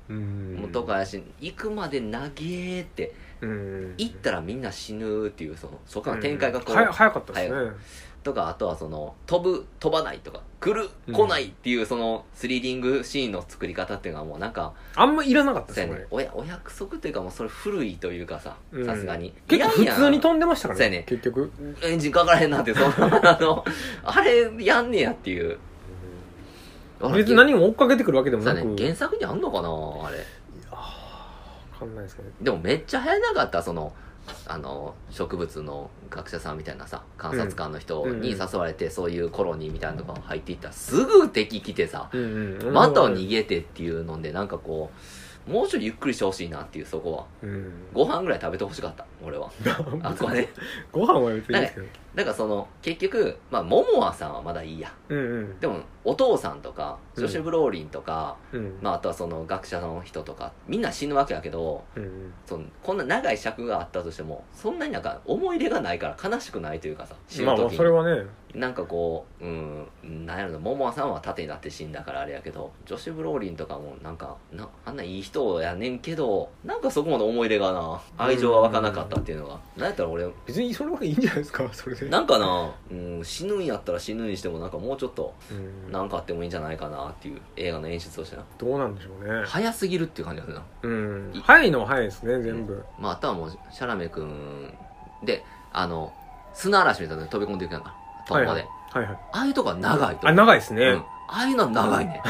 うん
もうとかやし行くまで長えって
うん
行ったらみんな死ぬっていうそのそこから展開がこう、
はや早かったですね、
とかあとはその飛ぶ飛ばないとか来る
うん
来ないっていうそのスリリングシーンの作り方っていうのはもうなんか
あんまいらなかった
そうや
ですね
ねおやお約束というかもうそれ古いというかさ
うん
さすがに
結構
いらん
普
や
通
ん
に飛んでましたから
そう
ね
やね
結局、
エンジンかからへんなって、そん な、あの、あれやんねやっていう。
別に何も追っかけてくるわけでも
さ
な
ね
く、、
原作にあんのかなあれ。
あーわかんないですけどね
でもめっちゃ早なかった、その、あの、植物の学者さんみたいなさ、観察官の人に
うん
誘われて、そういうコロニーみたいなのが入っていったら、すぐ敵来てさ、
うんうん
また逃げてっていうので、なんかこう、もうちょいゆっくりしてほしいなっていう、そこは。
うん
ご飯ぐらい食べてほしかった、俺は。あそこはね。
ご飯は別にいいですけど、
だからその、結局、まあ、モモアさんはまだいいや。
うんうん
でも、お父さんとか、ジョシュ・ブローリンとか、
うん
まあ、あとはその学者の人とかみんな死ぬわけやけど
うんうん
そのこんな長い尺があったとしてもそんなになんか思い入れがないから悲しくないというかさ死ぬ
まあまあ
時に、
それはね
なんかこううんなんやろなモモアさんは盾になって死んだからあれやけどジョシュ・ブローリンとかもなんかなあんないい人やねんけどなんかそこまで思い入れがな愛情が湧かなかったっていうのがなんやったら俺
別にそれはいいんじゃないですかそれで
なんかな、うん、死ぬんやったら死ぬにしてもなんかもうちょっと
うん
なんかあってもいいんじゃないかなっていう映画の演出をしてな
どうなんでしょうね
早すぎるっていう感じがするな
うん
い
はいのはいですね全部
まあ、あとはもう、シャラメ君で、あの、砂嵐みたいなのに飛び込んでいくやんか。トンボで。
はいはいはい
ああいうとこは長いと
あ
思う。
長いですね、
うんああいうのは長いね。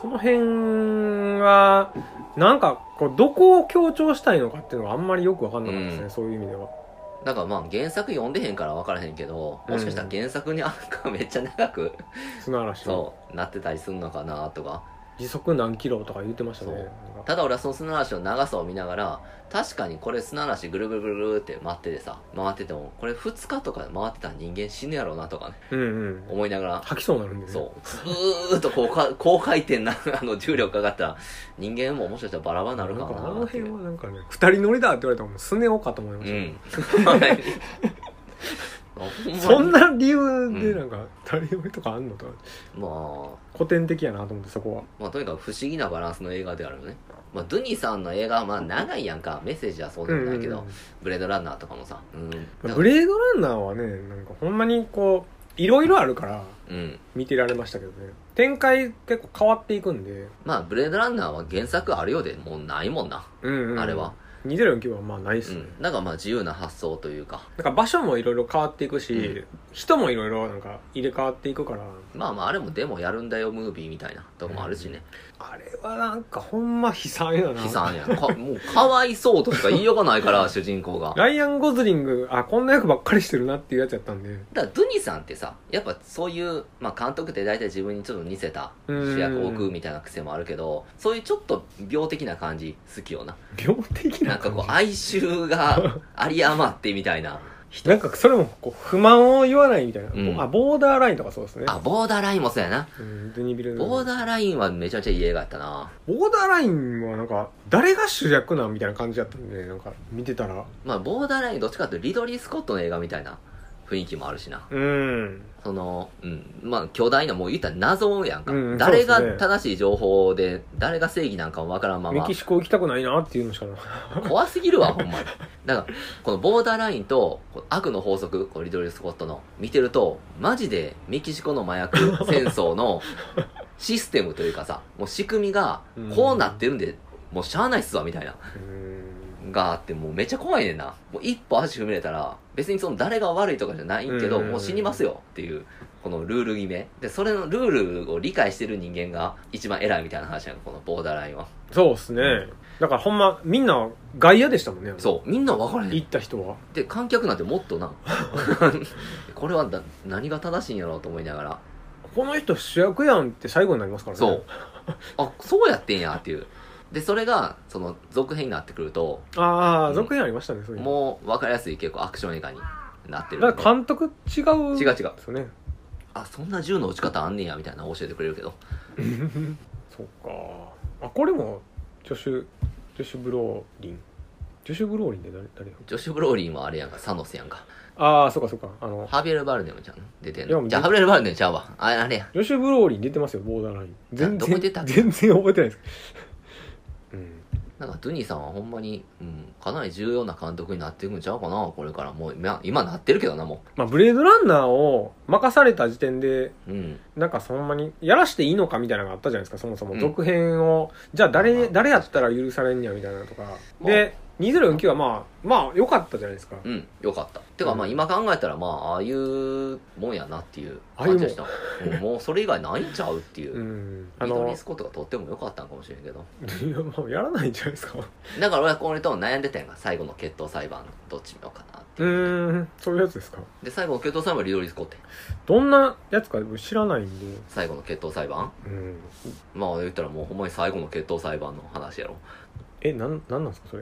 その辺はなんかこうどこを強調したいのかっていうのがあんまりよく分かんなかったですね、
うん
そういう意味では
だからまあ、原作読んでへんから分からへんけど、もしかしたら原作にあんかめっちゃ長く、
砂嵐の
そう、なってたりするのかなとか。
時速何キロとか言ってましたね
そう
なんか
ただ俺はその砂嵐の長さを見ながら、確かにこれ砂嵐ぐるぐるぐるぐるって回っててさ、回ってても、これ2日とかで回ってたら人間死ぬやろうなとかね、
うんうん
思いながら、
吐きそうになるんでね
そう。ずーっとこうか、高回転な、 あの、重力かかったら、人間ももしかしたらバラバラになるかも
ん
な
かあ
ー
の
ってい
辺
う
はなんかね二人乗りだって言われたらもうすねようかと思いま
う
したね、
ん。ほんまに
そん
な
な理由でなんか誰よりとかあんのとか
ま
古典的やなと思ってそこは
あまあとにかく不思議なバランスの映画であるよねまあ、ドゥニさんの映画はまあ長いやんかメッセージはそうでもないけど、
うん
ブレードランナーとかもさ、うん、
ま
だ
あ
か
ブ
ら
レードランナーはねなんかほんまにこういろいろあるから
うん
見てられましたけどね展開結構変わっていくんで、
まあブレードランナーは原作あるようでもうないもんな、
うんうん
あれは、
2049はまあないっ
う
すね、
ん、なんかまあ自由な発想というか
なんか場所もいろいろ変わっていくし、
うん
人もいろいろなんか入れ替わっていくから
まあまああれもでもやるんだよムービーみたいなとこもあるしね、
あれはなんかほんま悲惨やな
悲惨やんかもうかわいそうとしか言いようがないから主人公が
ライアン・ゴズリングあこんな役ばっかりしてるなっていうやつやったんで
だからドゥニさんってさやっぱそういう、まあ、監督って大体自分にちょっと似せた主役を置くみたいな癖もあるけどそういうちょっと病的な感じ好きよな
病的
な
なん
か
感じ
こう哀愁があり余ってみたいな
なんかそれもこう不満を言わないみたいな、
うん
あボーダーラインとかそうですね
あボーダーラインもそうやな
うんデニビルの
ボーダーラインはめちゃめちゃいい映画やったな
ボーダーラインはなんか誰が主役なんみたいな感じやったんでなんか見てたら
まあボーダーラインどっちかっていうとリドリー・スコットの映画みたいな雰囲気もあるしな
うん
そのうんまあ巨大なもう言ったら謎やんか、
うん
誰が
そうですね
正しい情報で誰が正義なんかもわからんま
メ
ま
キシコ行きたくないなっていうのしかない
怖すぎるわほんまにだからこのボーダーラインとこう悪の法則こうリドリー・スコットの見てるとマジでメキシコの麻薬戦争 のシステムというかさもう仕組みがこうなってるんで、もうしゃあないっすわみたいな
うん
があってもうめっちゃ怖いねんなもう一歩足踏み入れたら別にその誰が悪いとかじゃないけど、
うん
もう死にますよっていうこのルール決めでそれのルールを理解してる人間が一番偉いみたいな話やんかこのボーダーラインは
そうですね、だからほんまみんな外野でしたもんね
そうみんな分からへん
行った人は
で観客なんてもっ となこれはだ何が正しいんやろうと思いながら
この人主役やんって最後になりますからね
そうあそうやってんやっていうでそれがその続編になってくると
あ
う
あ
ん
続編ありましたねそういうの
もう分かりやすい結構アクション映画になってる
だから監督違う
違う違う
ですよね
あそんな銃の撃ち方あんねんやみたいなの教えてくれるけど
そうかあこれもジョシュジョシュ・ブローリンジョシュ・ブローリンって誰誰
ジョシュ・ブローリンはあれやんかサノスやんか
ああそうかそうかあの
ハビエル・バルデムちゃん出てん
いやも
の
う
じゃあハビエル・バルデムちゃうわあれあれや
ジョシュ・ブローリン出てますよボーダーライン全
どこ出た
然
っけ
全然覚えてないです うん
なんかドゥニーさんはほんまに、うん、かなり重要な監督になっていくんちゃうかなこれからもう今今なってるけどなも
まあブレードランナーを任された時点で
ううん
なんかそんなにやらしていいのかみたいなのがあったじゃないですかそもそも、
うん
続編をじゃあ
まあ
誰誰やったら許されんやみたいなのとかで2049はまあまあ良かったじゃないですか、
うん、よかった。てか、まあ
うん
今考えたら、まあ、ああいうもんやなっていう感じでした。うんもうそれ以外ないんちゃうっていうう。
ん、あ
ミドリ
の
ー・スコットがとってもよかったんかもしれんけど。
いや まあやらないんじゃないですか
だから俺はこれと悩んでたやんか、最後の決闘裁判、どっち見ようかなって
う
いう。
ーんそういうやつですか
で、最後の決闘裁判はリドリー・スコットや。
どんなやつか知らないんで
最後の決闘裁判
うん
まあ言ったらもうほんまに最後の決闘裁判の話やろ。
えなんなんなんですかそ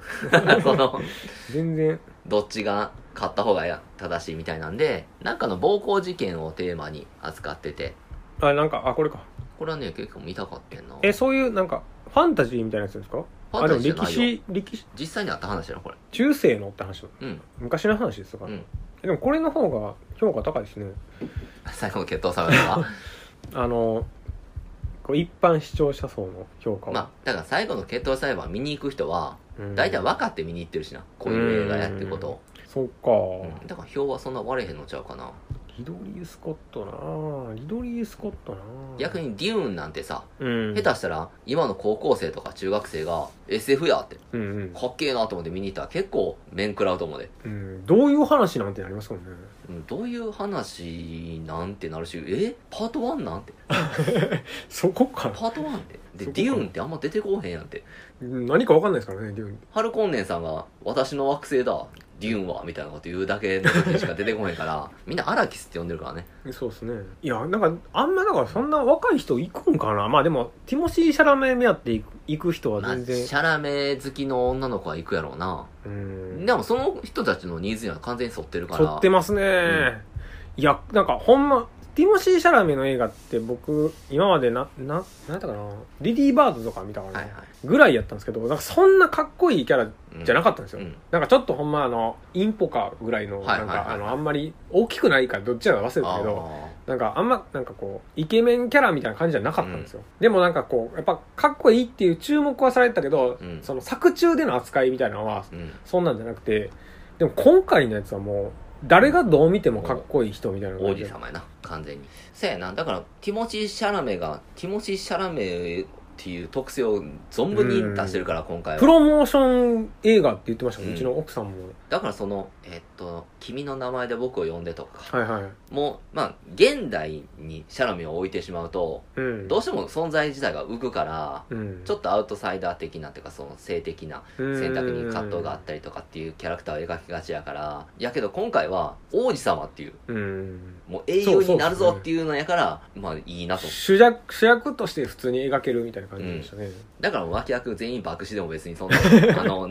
れ
その、
全然
どっちが勝った方が正しいみたいなんで、なんかの暴行事件をテーマに扱ってて、
あなんかあこれか
これはね、結構見たかったんな。
えそういうなんかファンタジーみたいなやつですか
ファンタジー
あ
じ
で
ゃ
も
ない
歴
よ。
史歴史
実際にあった話やろ、これ。
中世のって話だ
うん。
昔の話ですか、
うん
でもこれの方が評価高いですね
最後の決闘裁判 は
あのこう一般視聴者層の評価は、
まあだから最後の決闘裁判見に行く人は
うん
大体分かって見に行ってるしなこういう映画やってことを、
そうか、
うんだから票はそんな割れへんのちゃうかな、
リドリー・スコットなあリドリー・スコットなあ
逆、にデューンなんてさ、
うん、
下手したら今の高校生とか中学生が SF やって
うんうん
かっけえなと思って見に行ったら結構面食らうと思うで、
うん、どういう話なんてなりますもんね
うんどういう話なんてなるしえパート1なんて
そこか
パート1ってで
そこか
デューンってあんま出てこうへんやんって
うん何か分かんないですからねデューン
ハルコンネンさんが「私の惑星だ」「デューンは」みたいなこと言うだけの時しか出てこへんから みんなアラキスって呼んでるからね
そうですねいやなんかあんまだからそんな若い人行くんかなまあでもティモシー・シャラメ目当て行く行く人は
まあ
全
シ
然、
ャラメ好きの女の子は行くやろうな、
うん
でもその人たちのニーズには完全に沿ってるから
撮ってますね、いやなんかほんまティモシー・シャラメの映画って僕今までなななんやったかなリディー・バードとか見たかな、
はいはい
ぐらいやったんですけどなんかそんなかっこいいキャラじゃなかったんですよ、
うん
なんかちょっとほんまあのインポかぐらいの
はいは
なん
いはいはい
かあのあんまり大きくないからどっちらか忘れてたけど
あ
なんかあんまなんかこうイケメンキャラみたいな感じじゃなかったんですよ、でもなんかこうやっぱかっこいいっていう注目はされてたけど、
うん
その作中での扱いみたいなのは
ーうん
そんなんじゃなくてでも今回のやつはもう誰がどう見てもかっこいい人みたいな
王
感じ
子
で
様やな完全にせやなだからティモシー・シャラメがティモシー・シャラメっていう特性を存分に出してるから今回
プ
は
ロモーション映画って言ってましたもん、う
うん
ちの奥さんも
だからその「えっと君の名前で僕を呼んで」とか
はいはい
もうまあ現代にシャラメを置いてしまうと
うん
どうしても存在自体が浮くから
うん、
ちょっとアウトサイダー的なっていうかその性的な選択に葛藤があったりとかっていうキャラクターを描きがちやからやけど今回は王子様っていう
うん
もう英雄になるぞっていうのやからまあいいなと
主役主役として普通に描けるみたいな感じでしたね、
だから脇役全員爆死でも別にそん なあの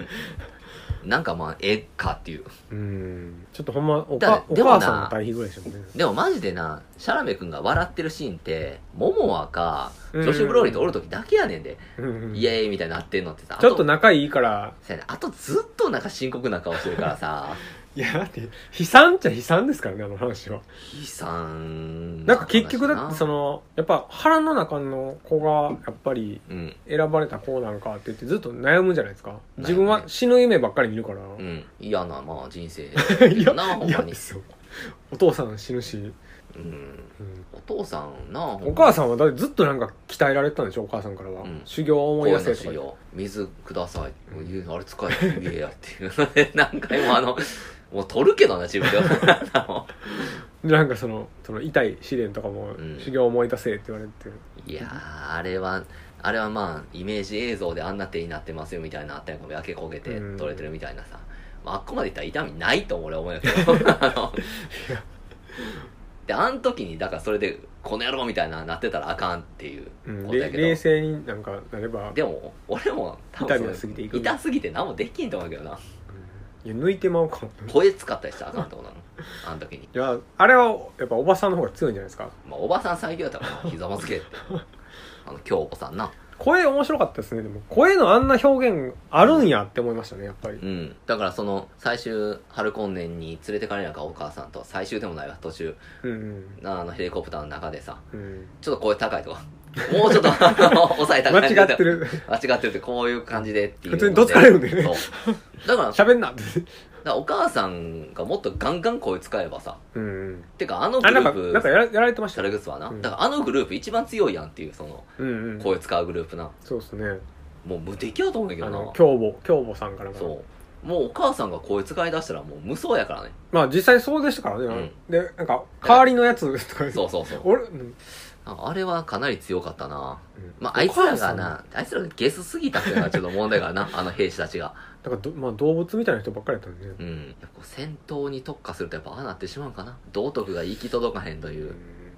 なんかまあええかっていう
うんちょっとほんまお
だ
か
か
お
らでもな
母さんの対比ぐらいでしたもんね
でもマジでなシャラメ君が笑ってるシーンってモモアかジ
うん
ョシュ・ブローリーとおる時だけやねんで、
うんうん
イエーイみたいになってんのってさ
ちょっと
な
仲いいから
あとずっとなんか深刻な顔してるから さ
いやだって悲惨っちゃ悲惨ですからねあの話は
悲惨
なんか結局だってそ
の
のやっぱ腹の中の子がやっぱり
うん
選ばれた子なんかって言ってずっと悩むじゃないですか自分
悩む
は
ね
死ぬ夢ばっかり見るから、
うん嫌なまあ人 生
いや
なほん
嫌
ま
で
に、
すよお父さん死ぬし、
うん、
うん
お父さんなほんまに
お母さんはだってずっとなんか鍛えられてたんでしょお母さんからは、
うん
修行を思い出せとか
声の修
言って
行水ください、言うあれ使え言えやっていうので何回もあ のもう取るけどな自分であの
でなんかそのその痛い試練とかも
うん
修行を思い出せって言われて、
いやーあれはあれはまあイメージ映像であんな手になってますよみたいなあったんやけど焼け焦げて
うん
取れてるみたいなさ、まああっこまでいったら痛みないと 俺は思うんやけどあのであん時にだからそれでこの野郎みたいななってたらあかんっていう
うん
こと
れ
やけど、
冷静になんかなれば、うん
でも俺も多分それ
痛みが過ぎていく
痛すぎて何もできんと思うけどない
や抜いてまうかも
声使ったりしたらあかんとこなのあの時に
いやあれはやっぱおばさんの方が強いんじゃないですか
まあ、おばさん最強だったから、ひざまつけ って。あの、京子さんな。
声面白かったですねでも声のあんな表現あるんやって思いましたねやっぱり
うん。だからその、最終、春今年に連れてかれなかお母さんと、最終でもないわ、途中、
うんうん
なあの、ヘリコプターの中でさ、
うん
ちょっと声高いとか、もう ちょっと、あの、抑えた
間
感じ
違って。る
間違ってるって、こういう感じでっていうので。
普通にどつかれるんだよね
そう。だから、だか
喋んなって
らお母さんがもっとガンガン声使えばさ、
うんうん
てかあのグ
あ
ル
なんか
ー
なんか
プ、
やらやられてまし
シ
た
ャ
ね
レグツはな、
うん
だからあのグループ一番強いやんっていう、その、
うんうん
声使うグループな。
そうですね
もう無敵やと思うんだけ
あ
どな。
の京母京母さんからが
そう。もうお母さんが声使い出したらもう無双や からね。
まあ実際そうでしたからね、
うん
でなんか代わりのやつとか
そうそうそう。
俺、うん
ああれはかなり強かったな。
うん
まあ、あいつら
お母さ
が
ん
な、あいつらがゲスすぎたっていうのはちょっと問題があるな、 あの兵士たちが。
だからど、まあ、動物みたいな人ばっかりだったんでね、
うん。やっぱこう戦闘に特化するとやっぱああなってしまうかな。道徳が行き届かへんという。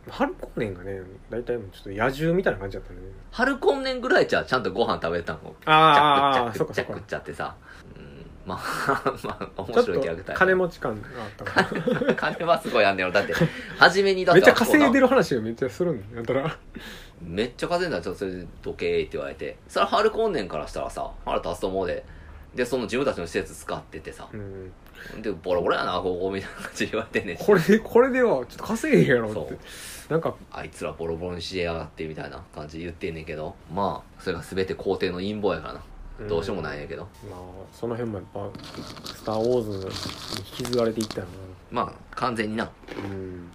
ハルコーネンがね大体もうちょっと野獣みたいな感じだったんでね
春今年ぐらいじゃちゃんとご飯食べてたの。
あーあーあー
ちゃ
そっ
く
か
ち
そ
ゃ
っ
くちゃ
か
くっちゃってさ。うん。まあ、まあ、
ちょ
面
っ
白いキャラク
と
ター。
金持ち感があったか
ち。金はすごいあんねやろ。だって、初めにだ
ら
っ
め
て
っちゃ稼い
る。
でる話がめっちゃするんだよだから
めっちゃ稼いだらちょっとそれで時計って言われてそれは春今年からしたらさ腹立つと思うででその自分たちの施設使っててさ
うん
でボロボロやなここみたいな感じで言われてんねん
これでこれではちょっと稼げへんやろっ
そう
てなんか
あいつらボロボロにしやがってみたいな感じで言ってんねんけどまあそれが全て皇帝の陰謀やからな、
うん
どうしようもないんやけど
まあその辺もやっぱ「スター・ウォーズ」に引きずられていったよ
まあ完全にな
なうん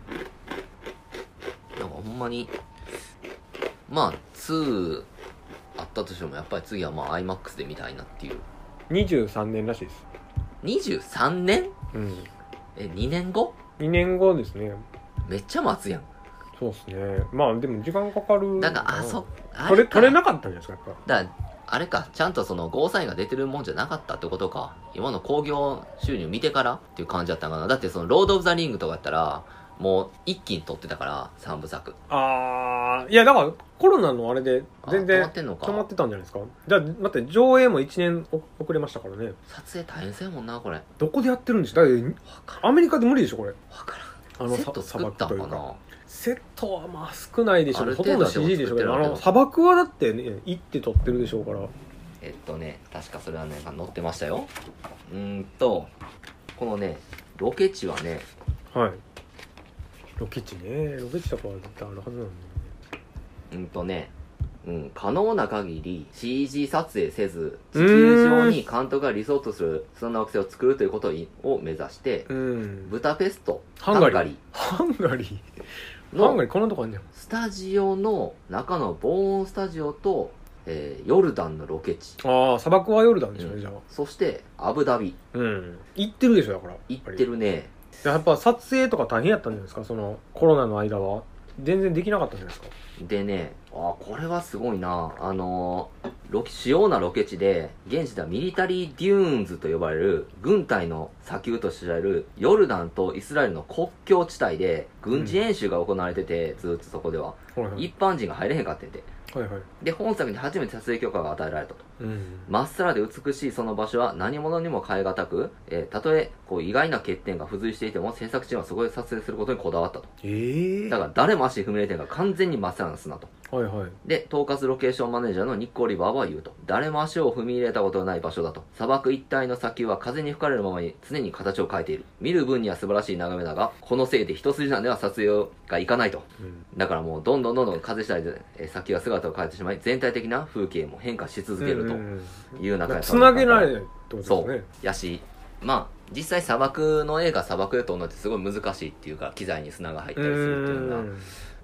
なんかほんまにまあ2あったとしてもやっぱり次はまあ iMAX で見たいなっていう
23年らしいです
23年
うん
え2年後
2年後ですね
めっちゃ待つやん
そうですねまあでも時間かかる
だからあそあ
取れ
か
取れなかったんじゃないですかやっぱ
だからあれか、ちゃんとそのゴーサインが出てるもんじゃなかったってことか。今の興行収入見てからっていう感じだったんかな。だってそのロード・オブ・ザ・リングとかやったら、もう一気に撮ってたから、三部作。
あーいやだからコロナのあれで
あ
全
止ま
然
ってんの
止まっ
か。
てたんじゃないですかじゃあ待って上映も1年お遅れましたからね
撮影大変そうやもんな、これ。わ
どこでやってるんでしょうだって
から
アメリカで無理でしょこれ
ん。わからん。
あの
セッ
さ
ト
砂
作っ
漠
た
とい
の
う
か
か
な。
セットはまあ少ないでし
あ
ょうけ
る程度
どほとんど
はでも
CG でしょうけどあ
作ってる
の砂漠はだってね行って撮ってるでしょうから
えっとね、確かそれはね、載ってましたよ。うーんと、このね、ロケ地はね、
はいロケ地ねロケ地とかは絶対あるはずなんだよね
うーんとね、うん、可能な限り CG 撮影せず、地球上に監督が理想とする、そんな惑星を作るということを目指して、
うん
ブタペスト、
ハンガリー
ハン
ハンガリー
ガリ
ハンガ
の
リーこんなとこあんじゃん
スタジオの中の防音スタジオと、えーヨルダンのロケ地、
ああ砂漠はヨルダンでしょうね、
うん
じゃあ
そしてアブダビ、
うん行ってるでしょだから
行ってるね。
やっぱ撮影とか大変やったんじゃないですかそのコロナの間は全然できなかったんじゃないですか
でね、あこれはすごいな。あのーロケ、主要なロケ地で、現地ではミリタリーデューンズと呼ばれる、軍隊の砂丘と知られる、ヨルダンとイスラエルの国境地帯で、軍事演習が行われてて、ずっとそこでは、
はいはい
一般人が入れへんかってんて。
はいはい
で、本作に初めて撮影許可が与えられたと。
うん
まっさらで美しいその場所は何者にも変え難く、えーたとえ、こう、意外な欠点が付随していても、制作チームはそこで撮影することにこだわったと。
ええ
だから、誰も足踏み入れてんが完全にまっさらな砂と。
はいはい
で、統括ロケーションマネージャーのニッコ・オリバーは言うと。誰も足を踏み入れたことのない場所だと。砂漠一帯の砂丘は風に吹かれるままに常に形を変えている。見る分には素晴らしい眺めだが、このせいで一筋縄では撮影がいかないと。
うん
だからもうどんどんどんどん風次第でえー砂丘が姿を変えてしまい、全体的な風景も変化し続ける
う
と
ん
いう中で。
つなげられないってこと
そ
ですね
う。やし、まあ、実際砂漠の映画砂漠で撮るのってすごい難しいっていうか、機材に砂が入ったりするっていうの
う
が、
ん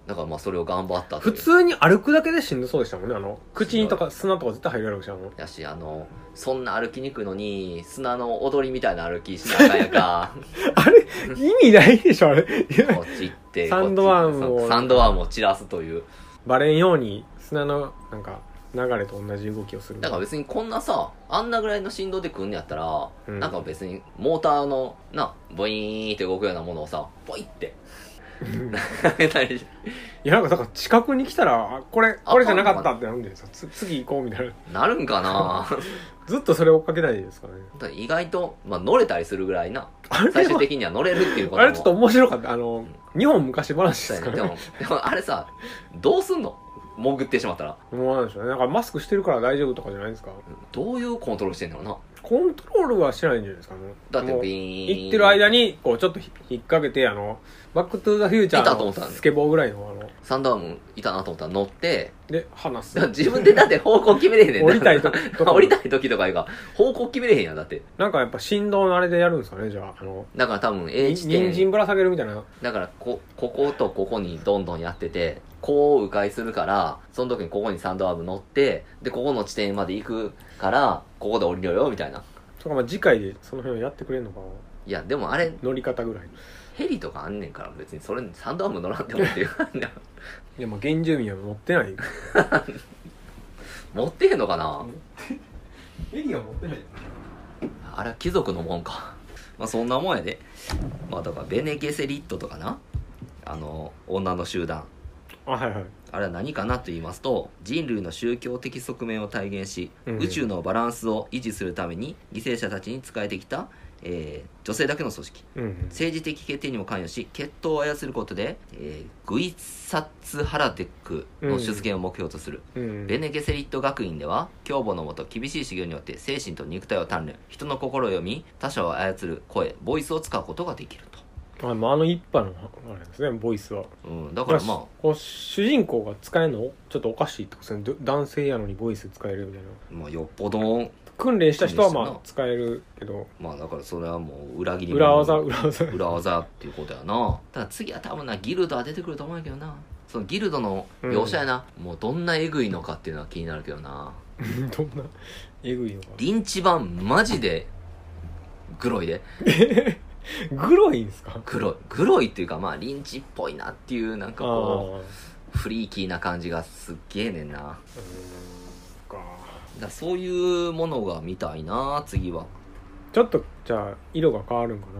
だからまあそれを頑張ったとい
普
う
通に歩くだけでしんどそうでしたもんねあの口にとか砂とか絶対入るやろうしあの
やしあのそんな歩きにくいのに砂の踊りみたいな歩きしなあかんやん か
あれ意味ないでしょあれいや
こっち行って
サンドワームを
こっち行ってサンドワームを散らすという
バレんように砂のなんか流れと同じ動きをする
だから別にこんなさあんなぐらいの振動で来んのやったら、
うん
なんか別にモーターのなボイーンって動くようなものをさポイ って
うん
投げたりし
いやなんかだから近くに来たらあこれ
あ
これじゃなかったってなるんですよつ次行こうみたいな
なるんかな
ずっとそれ追っかけないですからね
意外と、まあ、乗れたりするぐらいな
あれは
最終的には乗れるっていうことも
あれちょっと面白かったあの日本昔話
そ
で
うや
すか
ねで
らね
もでもあれさどうすんの潜ってしまったら
思わないでしょうねなんかマスクしてるから大丈夫とかじゃないですか
どういうコントロールしてんのかな
コントロールはしないんじゃないですかね
だって
もう
ビーン
行ってる間にこうちょっとひ引っ掛けてあのバック・トゥ・ザ・フューチャ
いたと思っ
ー
たん
の
です
スケボーぐらいのあの
サンダームいたなと思ったら乗って
で話す
だから自分でだって方向決めれへんねん
降りたい時と か
降りたい時とかいうか方向決めれへんやんだって
なんかやっぱ振動のあれでやるんですかねじゃああの
だから多分
に
A 地
人参
点
ぶら下げるみたいな
だからここことここにどんどんやっててこう迂回するからその時にここにサンドアーム乗ってでここの地点まで行くからここで降りろよみたいな
とかまあ次回でその辺をやってくれるのかない
やでもあれ
乗り方ぐらい
ヘリとかあんねんから別にそれにサンドアーム乗らんでもっていう
いやまあ原住民は持ってない
持ってへんのかな
エリア持ってない
あれは貴族のもんか。まあそんなもんやで。まあだからベネゲセリットとかな。あの、女の集団。
あはいはい
あれは何かなと言いますと、人類の宗教的側面を体現し、
うん
宇宙のバランスを維持するために犠牲者たちに仕えてきた、えー女性だけの組織。
うん
政治的決定にも関与し、決闘を操ることで、えーグイサツハラテックの出現を目標とする。
うん
ベネゲセリット学院では教母のもと厳しい修行によって精神と肉体を鍛錬人の心を読み他者を操る声ボイスを使うことができる
あまああの一派のあれですねボイスは
と、うん、だからま
こう主人公が使えるのちょっとおかしいってことですねど男性やのにボイス使えるみたいな
あ、まあ、よっぽど
訓練した人は
訓練
ま
したな
あ使えるけど
まあだからそれはもう裏切り者
裏技裏技
裏技っていうことやなただ次は多分なギルドは出てくると思うんやけどなそのギルドの描写やな、もうどんなエグいのかっていうのは気になるけどな
どんなえぐいのか
リンチ版マジでグロいで
グロいんですか
グロいグロいっていうかまあリンチっぽいなっていうなんかこう
ああ
フリーキーな感じがすっげえねんなだか
うーんそっから
そういうものが見たいな次は
ちょっとじゃあ色が変わるんかな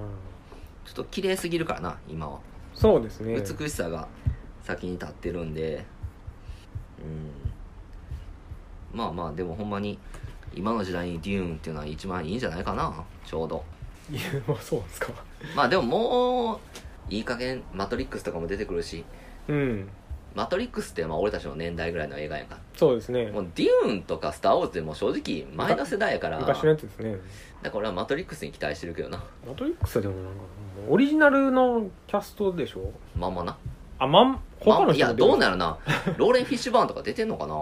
ちょっと綺麗すぎるからな今は、
そうですね
美しさが先に立ってるんでうんまあまあでもほんまに今の時代にデューンっていうのは一番いいんじゃないかなちょうど
いやまあそうですか
まあでももういい加減マトリックスとかも出てくるし
うん
マトリックスってまあ俺たちの年代ぐらいの映画やんか
そうですね
もうデューンとかスター・ウォーズでも正直前の世代やからだ
昔
か
のやつですね
ら俺はマトリックスに期待してるけどな
マトリックスはでもなんかもうオリジナルのキャストでしょ
まんまな
あまん他
まん
の
い
人
や
も出
どう
る
なる なローレン・フィッシュバーンとか出てんのかな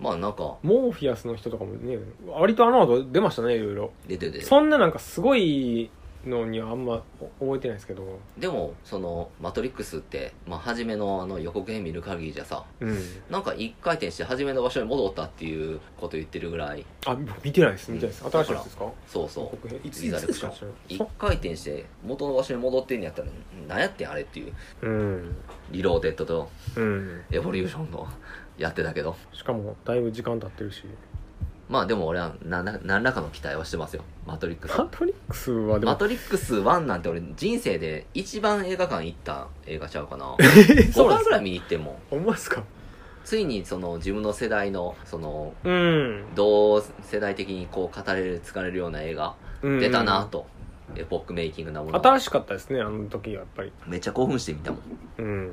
まあなんか
モーフィアスの人とかもね割とあの後出ましたねいろいろ
出てて
そんななんかすごいのにはあんま覚えてないですけど
でもその「マトリックス」って、まあ、初めのあの予告編見る限りじゃさ
うん
なんか一回転して初めの場所に戻ったっていうこと言ってるぐらい
あ見てないです見てないです
うん
新しいやつですか
そうそう
国編いつ
リ
い
ザレ
つ
ク
で
シ
し
ョン
たっけ
一回転して元の場所に戻ってんやったら何やってんあれっていう
うん
リローデッドと
うん
エボリューションのやってたけど
しかもだいぶ時間経ってるし
まあでも俺はなな何らかの期待はしてますよマトリックス
マトリックスはで
マ
も
トリックス1なんて俺人生で一番映画館行った映画ちゃうかな 5
そうな
回
んですか
ぐらい見に行ってんもん
思いますか
ついにその自分の世代のその
うん
同世代的にこう語れる疲れるような映画出たなと、エポックメイキングなもの
新しかったですねあの時はやっぱり
めっちゃ興奮してみたも
うん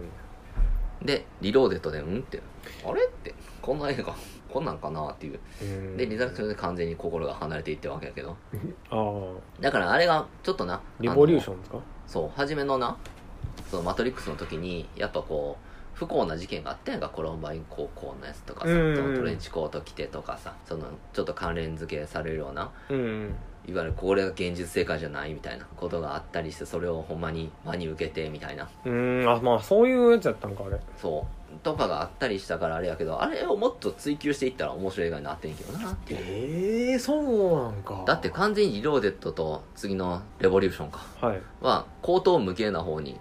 んでリローデッドでうんってあれってこんな映画こんなんかなっていう
うん
でリザルクションで完全に心が離れていったわけやけど
ああ
だからあれがちょっとな
リボリューシ
ン
ョンですか
そう初めのなそのマトリックスの時にやっぱこう不幸な事件があったやんかコロンバイン高校のやつとかさ、
うんうん
そのトレンチコート着てとかさそのちょっと関連付けされるような
うん
いわゆるこれが現実世界じゃないみたいなことがあったりしてそれをほんまに真に受けてみたいな
うんあまあそういうやつやったんかあれ
そうとかがあったりしたからあれやけどあれをもっと追求していったら面白い映画になってんけどなっていう
ええそうなんか
だって完全にリローデッドと次のレボリューションか
はい
は口頭無形な方に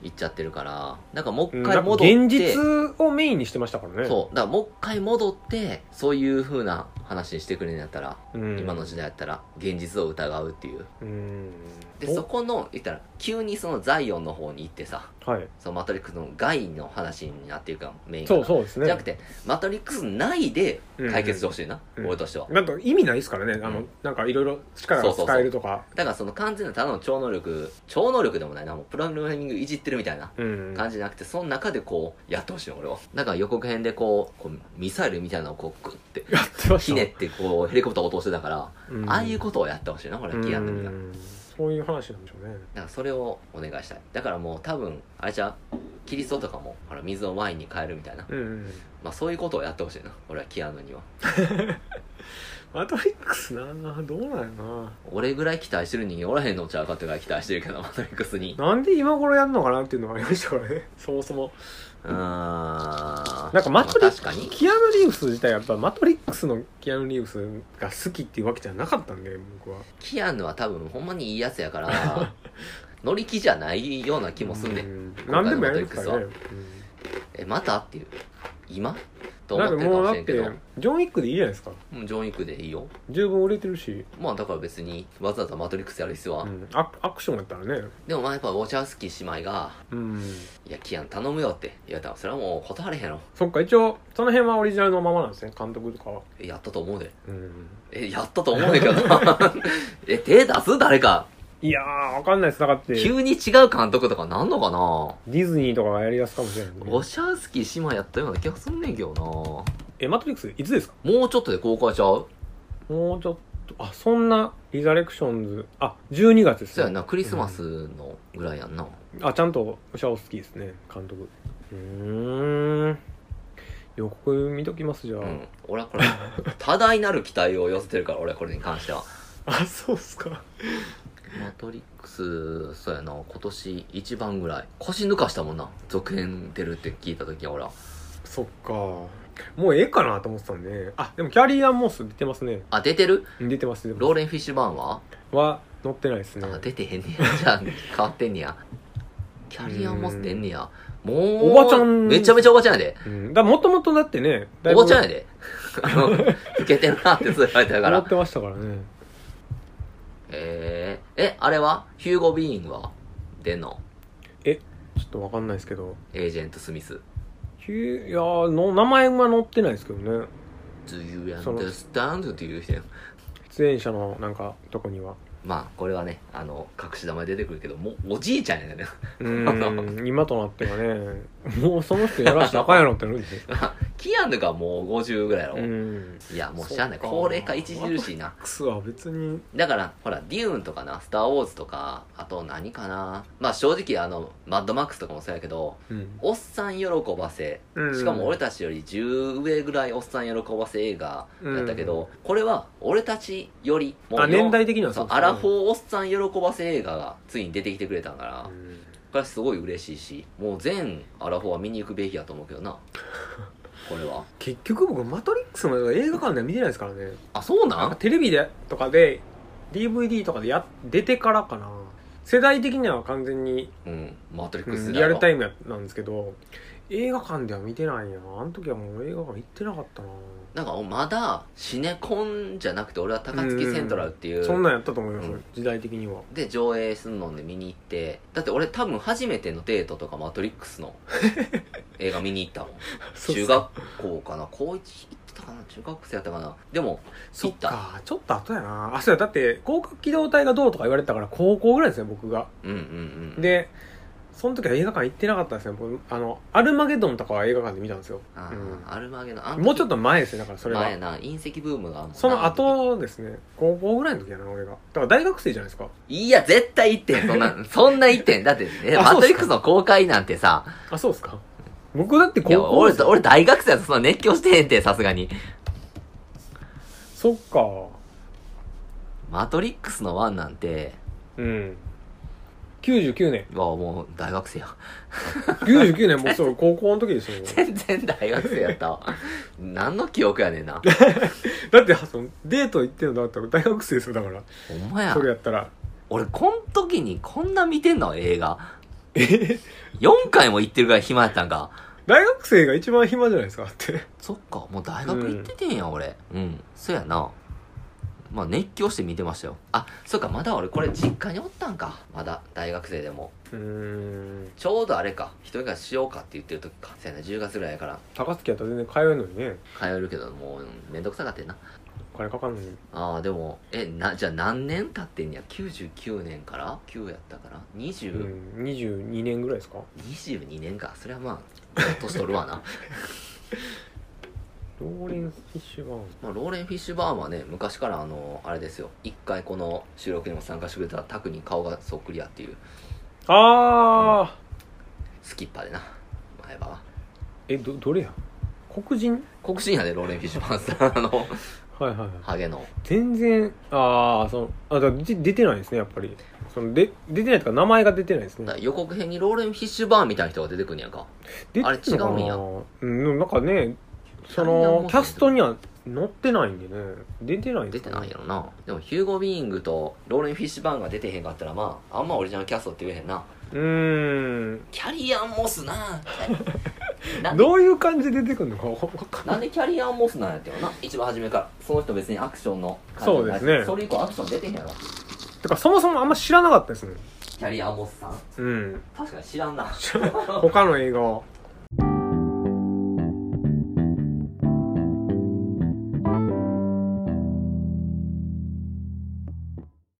行っちゃってるからなんかもう一
な
回
んか
戻って、
現実をメインにしてましたからね
そうだからもう一回戻ってそういう風な話にしてくれるんやったら、
う、ん、
今の時代やったら現実を疑うっていう
うん
でそこの言ったら急にそのザイオンの方に行ってさ
はい
そのマトリックスの外の話になっていくからメインが
そうそうですね
じゃなくてマトリックス内で解決してほしいな、
うんうん
俺としては
なんか意味ないですからねあの、
うん
なんかいろいろ力が使えるとか
だからその完全なただの超能力超能力でもないなもうプログラミングいじってるみたいな
うん
感じじゃなくてその中でこうやってほしいの俺はだから予告編でこうこうミサイルみたいなのをこうグッて
やってました
ひねってこうヘリコプター落としてたから、
うん
ああいうことをやってほしいなこれギアンヌにはだ
うんそういう話なんでしょうね
からそれをお願いしたいだからもう多分あれじゃうキリストとかもほら水をワインに変えるみたいな、
うんうん
まあ、そういうことをやってほしいな俺はキアヌには
マトリックスなどうなんやな
俺ぐらい期待してる人間おらへんのちゃうか ってぐらい期待してるけどマトリックスに
なんで今頃やるのかなっていうのがありましたからねそもそも
な
なんかマトリ
まあ
ック
確
ス、
かに
キアヌ・リーブス自体やっぱマトリックスのキアヌ・リーブスが好きっていうわけじゃなかったんで僕は
キアヌは多分ほんまにいいやつやから 乗り気じゃないような気もすんね
うんん何でもやりますからね
今えまたっていう今と
うん
思
な
っ
ん
て
で
るか
も
もしれんけ
うだって
ど
ジョン・ウィックでいいじゃないですか
うんジョン・ウィックでいいよ
十分売れてるし、
まあだから別にわざわざマトリックスやる必要は、
うん、アクアクションやったらね
でもまあやっぱウォチャースキー姉妹が
うん
「いやキアヌ頼むよ」って言われたらそれはもう断れへんやろ
そっか一応その辺はオリジナルのままなんですね監督とかは
えやったと思うで
うん
えやったと思うねんけどな え手出す誰か
いやーわかんないですだからってデ
急に違う監督とかなんのかな
ィズニーとかがやりだすかもしれないんで
ウォシャースキー姉妹やったような気がすんねんけどなも
えマトリックスいつですか
うちょっとで公開ちゃう
もうちょっとあそんなリザレクションズあ12月で
そう
す
やんなクリスマスのぐらいやんな、
あちゃんとシャオスキーですね監督うーん予告見ときますじゃあ、
うん俺はこれ多大なる期待を寄せてるから俺はこれに関しては
あそうっすか
「マトリックス」そうやな今年一番ぐらい腰抜かしたもんな続編出るって聞いた時は俺は
そっかもうええかなと思ってたんであでもキャリーアンモス出てますね
あ出てる
出てます出て
ロー
ま
レン・フィッシュバーンは、
すは載ってないですね
あ出てへんねやじゃあ変わってんねやキャリアも出んねやもう
おばちゃん
めちゃめちゃおばちゃんやで
うん、だもともとだってねだ
おばちゃんや
い
であの老けてんなってずっと言われてた
ぶ
か
思
ら
ってましたからね
えー、え、あれはヒューゴ・ビーンは出んの
ちょっとわかんないですけど
エージェント・スミス。
きゅいやーの名前は載ってないですけどね
Do you
その
understand? っていう人やん
出演者のなんかとこには
まあこれはねあの隠し玉で出てくるけどもうおじいちゃんやね
う ーん今となってはねもうその人やらしたらあかんやろってなるんですよ
キアヌがもう50ぐらいやろ、
うん
いやもう知らない
そうか
高齢化著しいな
クスは別に
だからほらデューンとかなスター・ウォーズとかあと何かなまあ正直あのマッドマックスとかもそうやけど
うん
おっさん喜ばせしかも俺たちより10上ぐらいおっさん喜ばせ映画だったけど、これは俺たちよりも
あ
よ
年代的には
そ
そううですね
アラフォーおっさん喜ばせ映画がついに出てきてくれたから、
う
こ
ん
れはすごい嬉しいしもう全アラフォーは見に行くべきやと思うけどなこれは
結局僕「マトリックス」も映画館では見てないですからね
あそうな
なんか
ん
テレビでとかで DVD とかでや出てからかな世代的には完全に、
うんマトリッ
う
クス世
ん、リ
代
ア
は
ルタイムやなんですけど映画館では見てないなあの時はもう映画館行ってなかったな
なんかまだシネコンじゃなくて俺は高槻セントラルっていう、
そんなんやったと思います、
うん
時代的には
で上映すんので見に行ってだって俺多分初めてのデートとかマトリックス の映画見に行ったもん中学校かな高1行ったかな中学生やったかなでも
そ
行
っ
った
かちょっと後やなあそうやだって広角機動隊がどうとか言われてたから高校ぐらいですね僕が
うんうんうん
でその時は映画館行ってなかったですね僕あのアルマゲドンとかは映画館で見たんですよ、
あ
うん
ーアルマゲのあ
もうちょっ
と
と前ですねだからそれは
前やな隕石ブームがあんもんな
その後ですね高校ぐらいの時やな俺がだから大学生じゃないですか
いや絶対行ってんそん なそんな行ってんだってね
あ
マ
そうっすか
トリックスの公開なんてさ
あそうですか僕だって
いや
高校
俺俺大学生やとそんな熱狂してへんてさすがに
そっか
マトリックスの1なんて
うん99年
わあもう大学生や
99年僕そう高校の時です よ
全然大学生やった わ何の記憶やねんな
だってそのデート行ってんのだったら大学生ですよだから
ほんまや
それやったら
俺こん時にこんな見てんの映画4回も行ってるぐらい暇やったんか
大学生が一番暇じゃないですかだって
そっかもう大学行っててんや、俺うんそやなまあ熱狂して見てましたよあそっかまだ俺これ実家におったんかまだ大学生でも
うーん
ちょうどあれか一人がしようかって言ってる時かせやな10月ぐらいやから
高槻やったら全然通えるのにね
通えるけどもううんめんどくさかってんな
お金かかんのに
ああでもえなじゃあ何年経ってんや99年から9やったから
う
20、
ん22年ぐらいですか
22年かそれはまあ年取るわな
ローレンス・フィッシュバーン
まあローレン・フィッシュバーンはね昔からあのあれですよ一回この収録にも参加してくれたタクに顔がそっくりやっていう
ああ、
スキッパーでな前歯は
えどどれや黒人
黒人やでローレン・フィッシュバーンさんあ の
はいはいはい
ハゲの
全然ああそのあだで出てないですねやっぱりそので出てないとか名前が出てないです
だから
ね
予告編にローレン・フィッシュバーンみたいな人が出てくんねやんか
出
あれ
てんのかな
違うんや
うんでもなんかねそのキャストには載ってないんでね出てないんで
出
す
て
かね
ないんやろなでもヒューゴ・ビーイングとローレン・フィッシュバーンが出てへんかったらまああんまオリジナルキャストって言えへんな
うーん
キャリアン・モス なな
どういう感じで出てくるのかわかんな
な
い
んでキャリアン・モスなんやってよな一番初めからその人別にアクションの
そうですね
それ以降アクション出てへんやろ
てかそもそもあんま知らなかったですね
キャリアン・モスさん
うん
確かに知らんな
他の映画は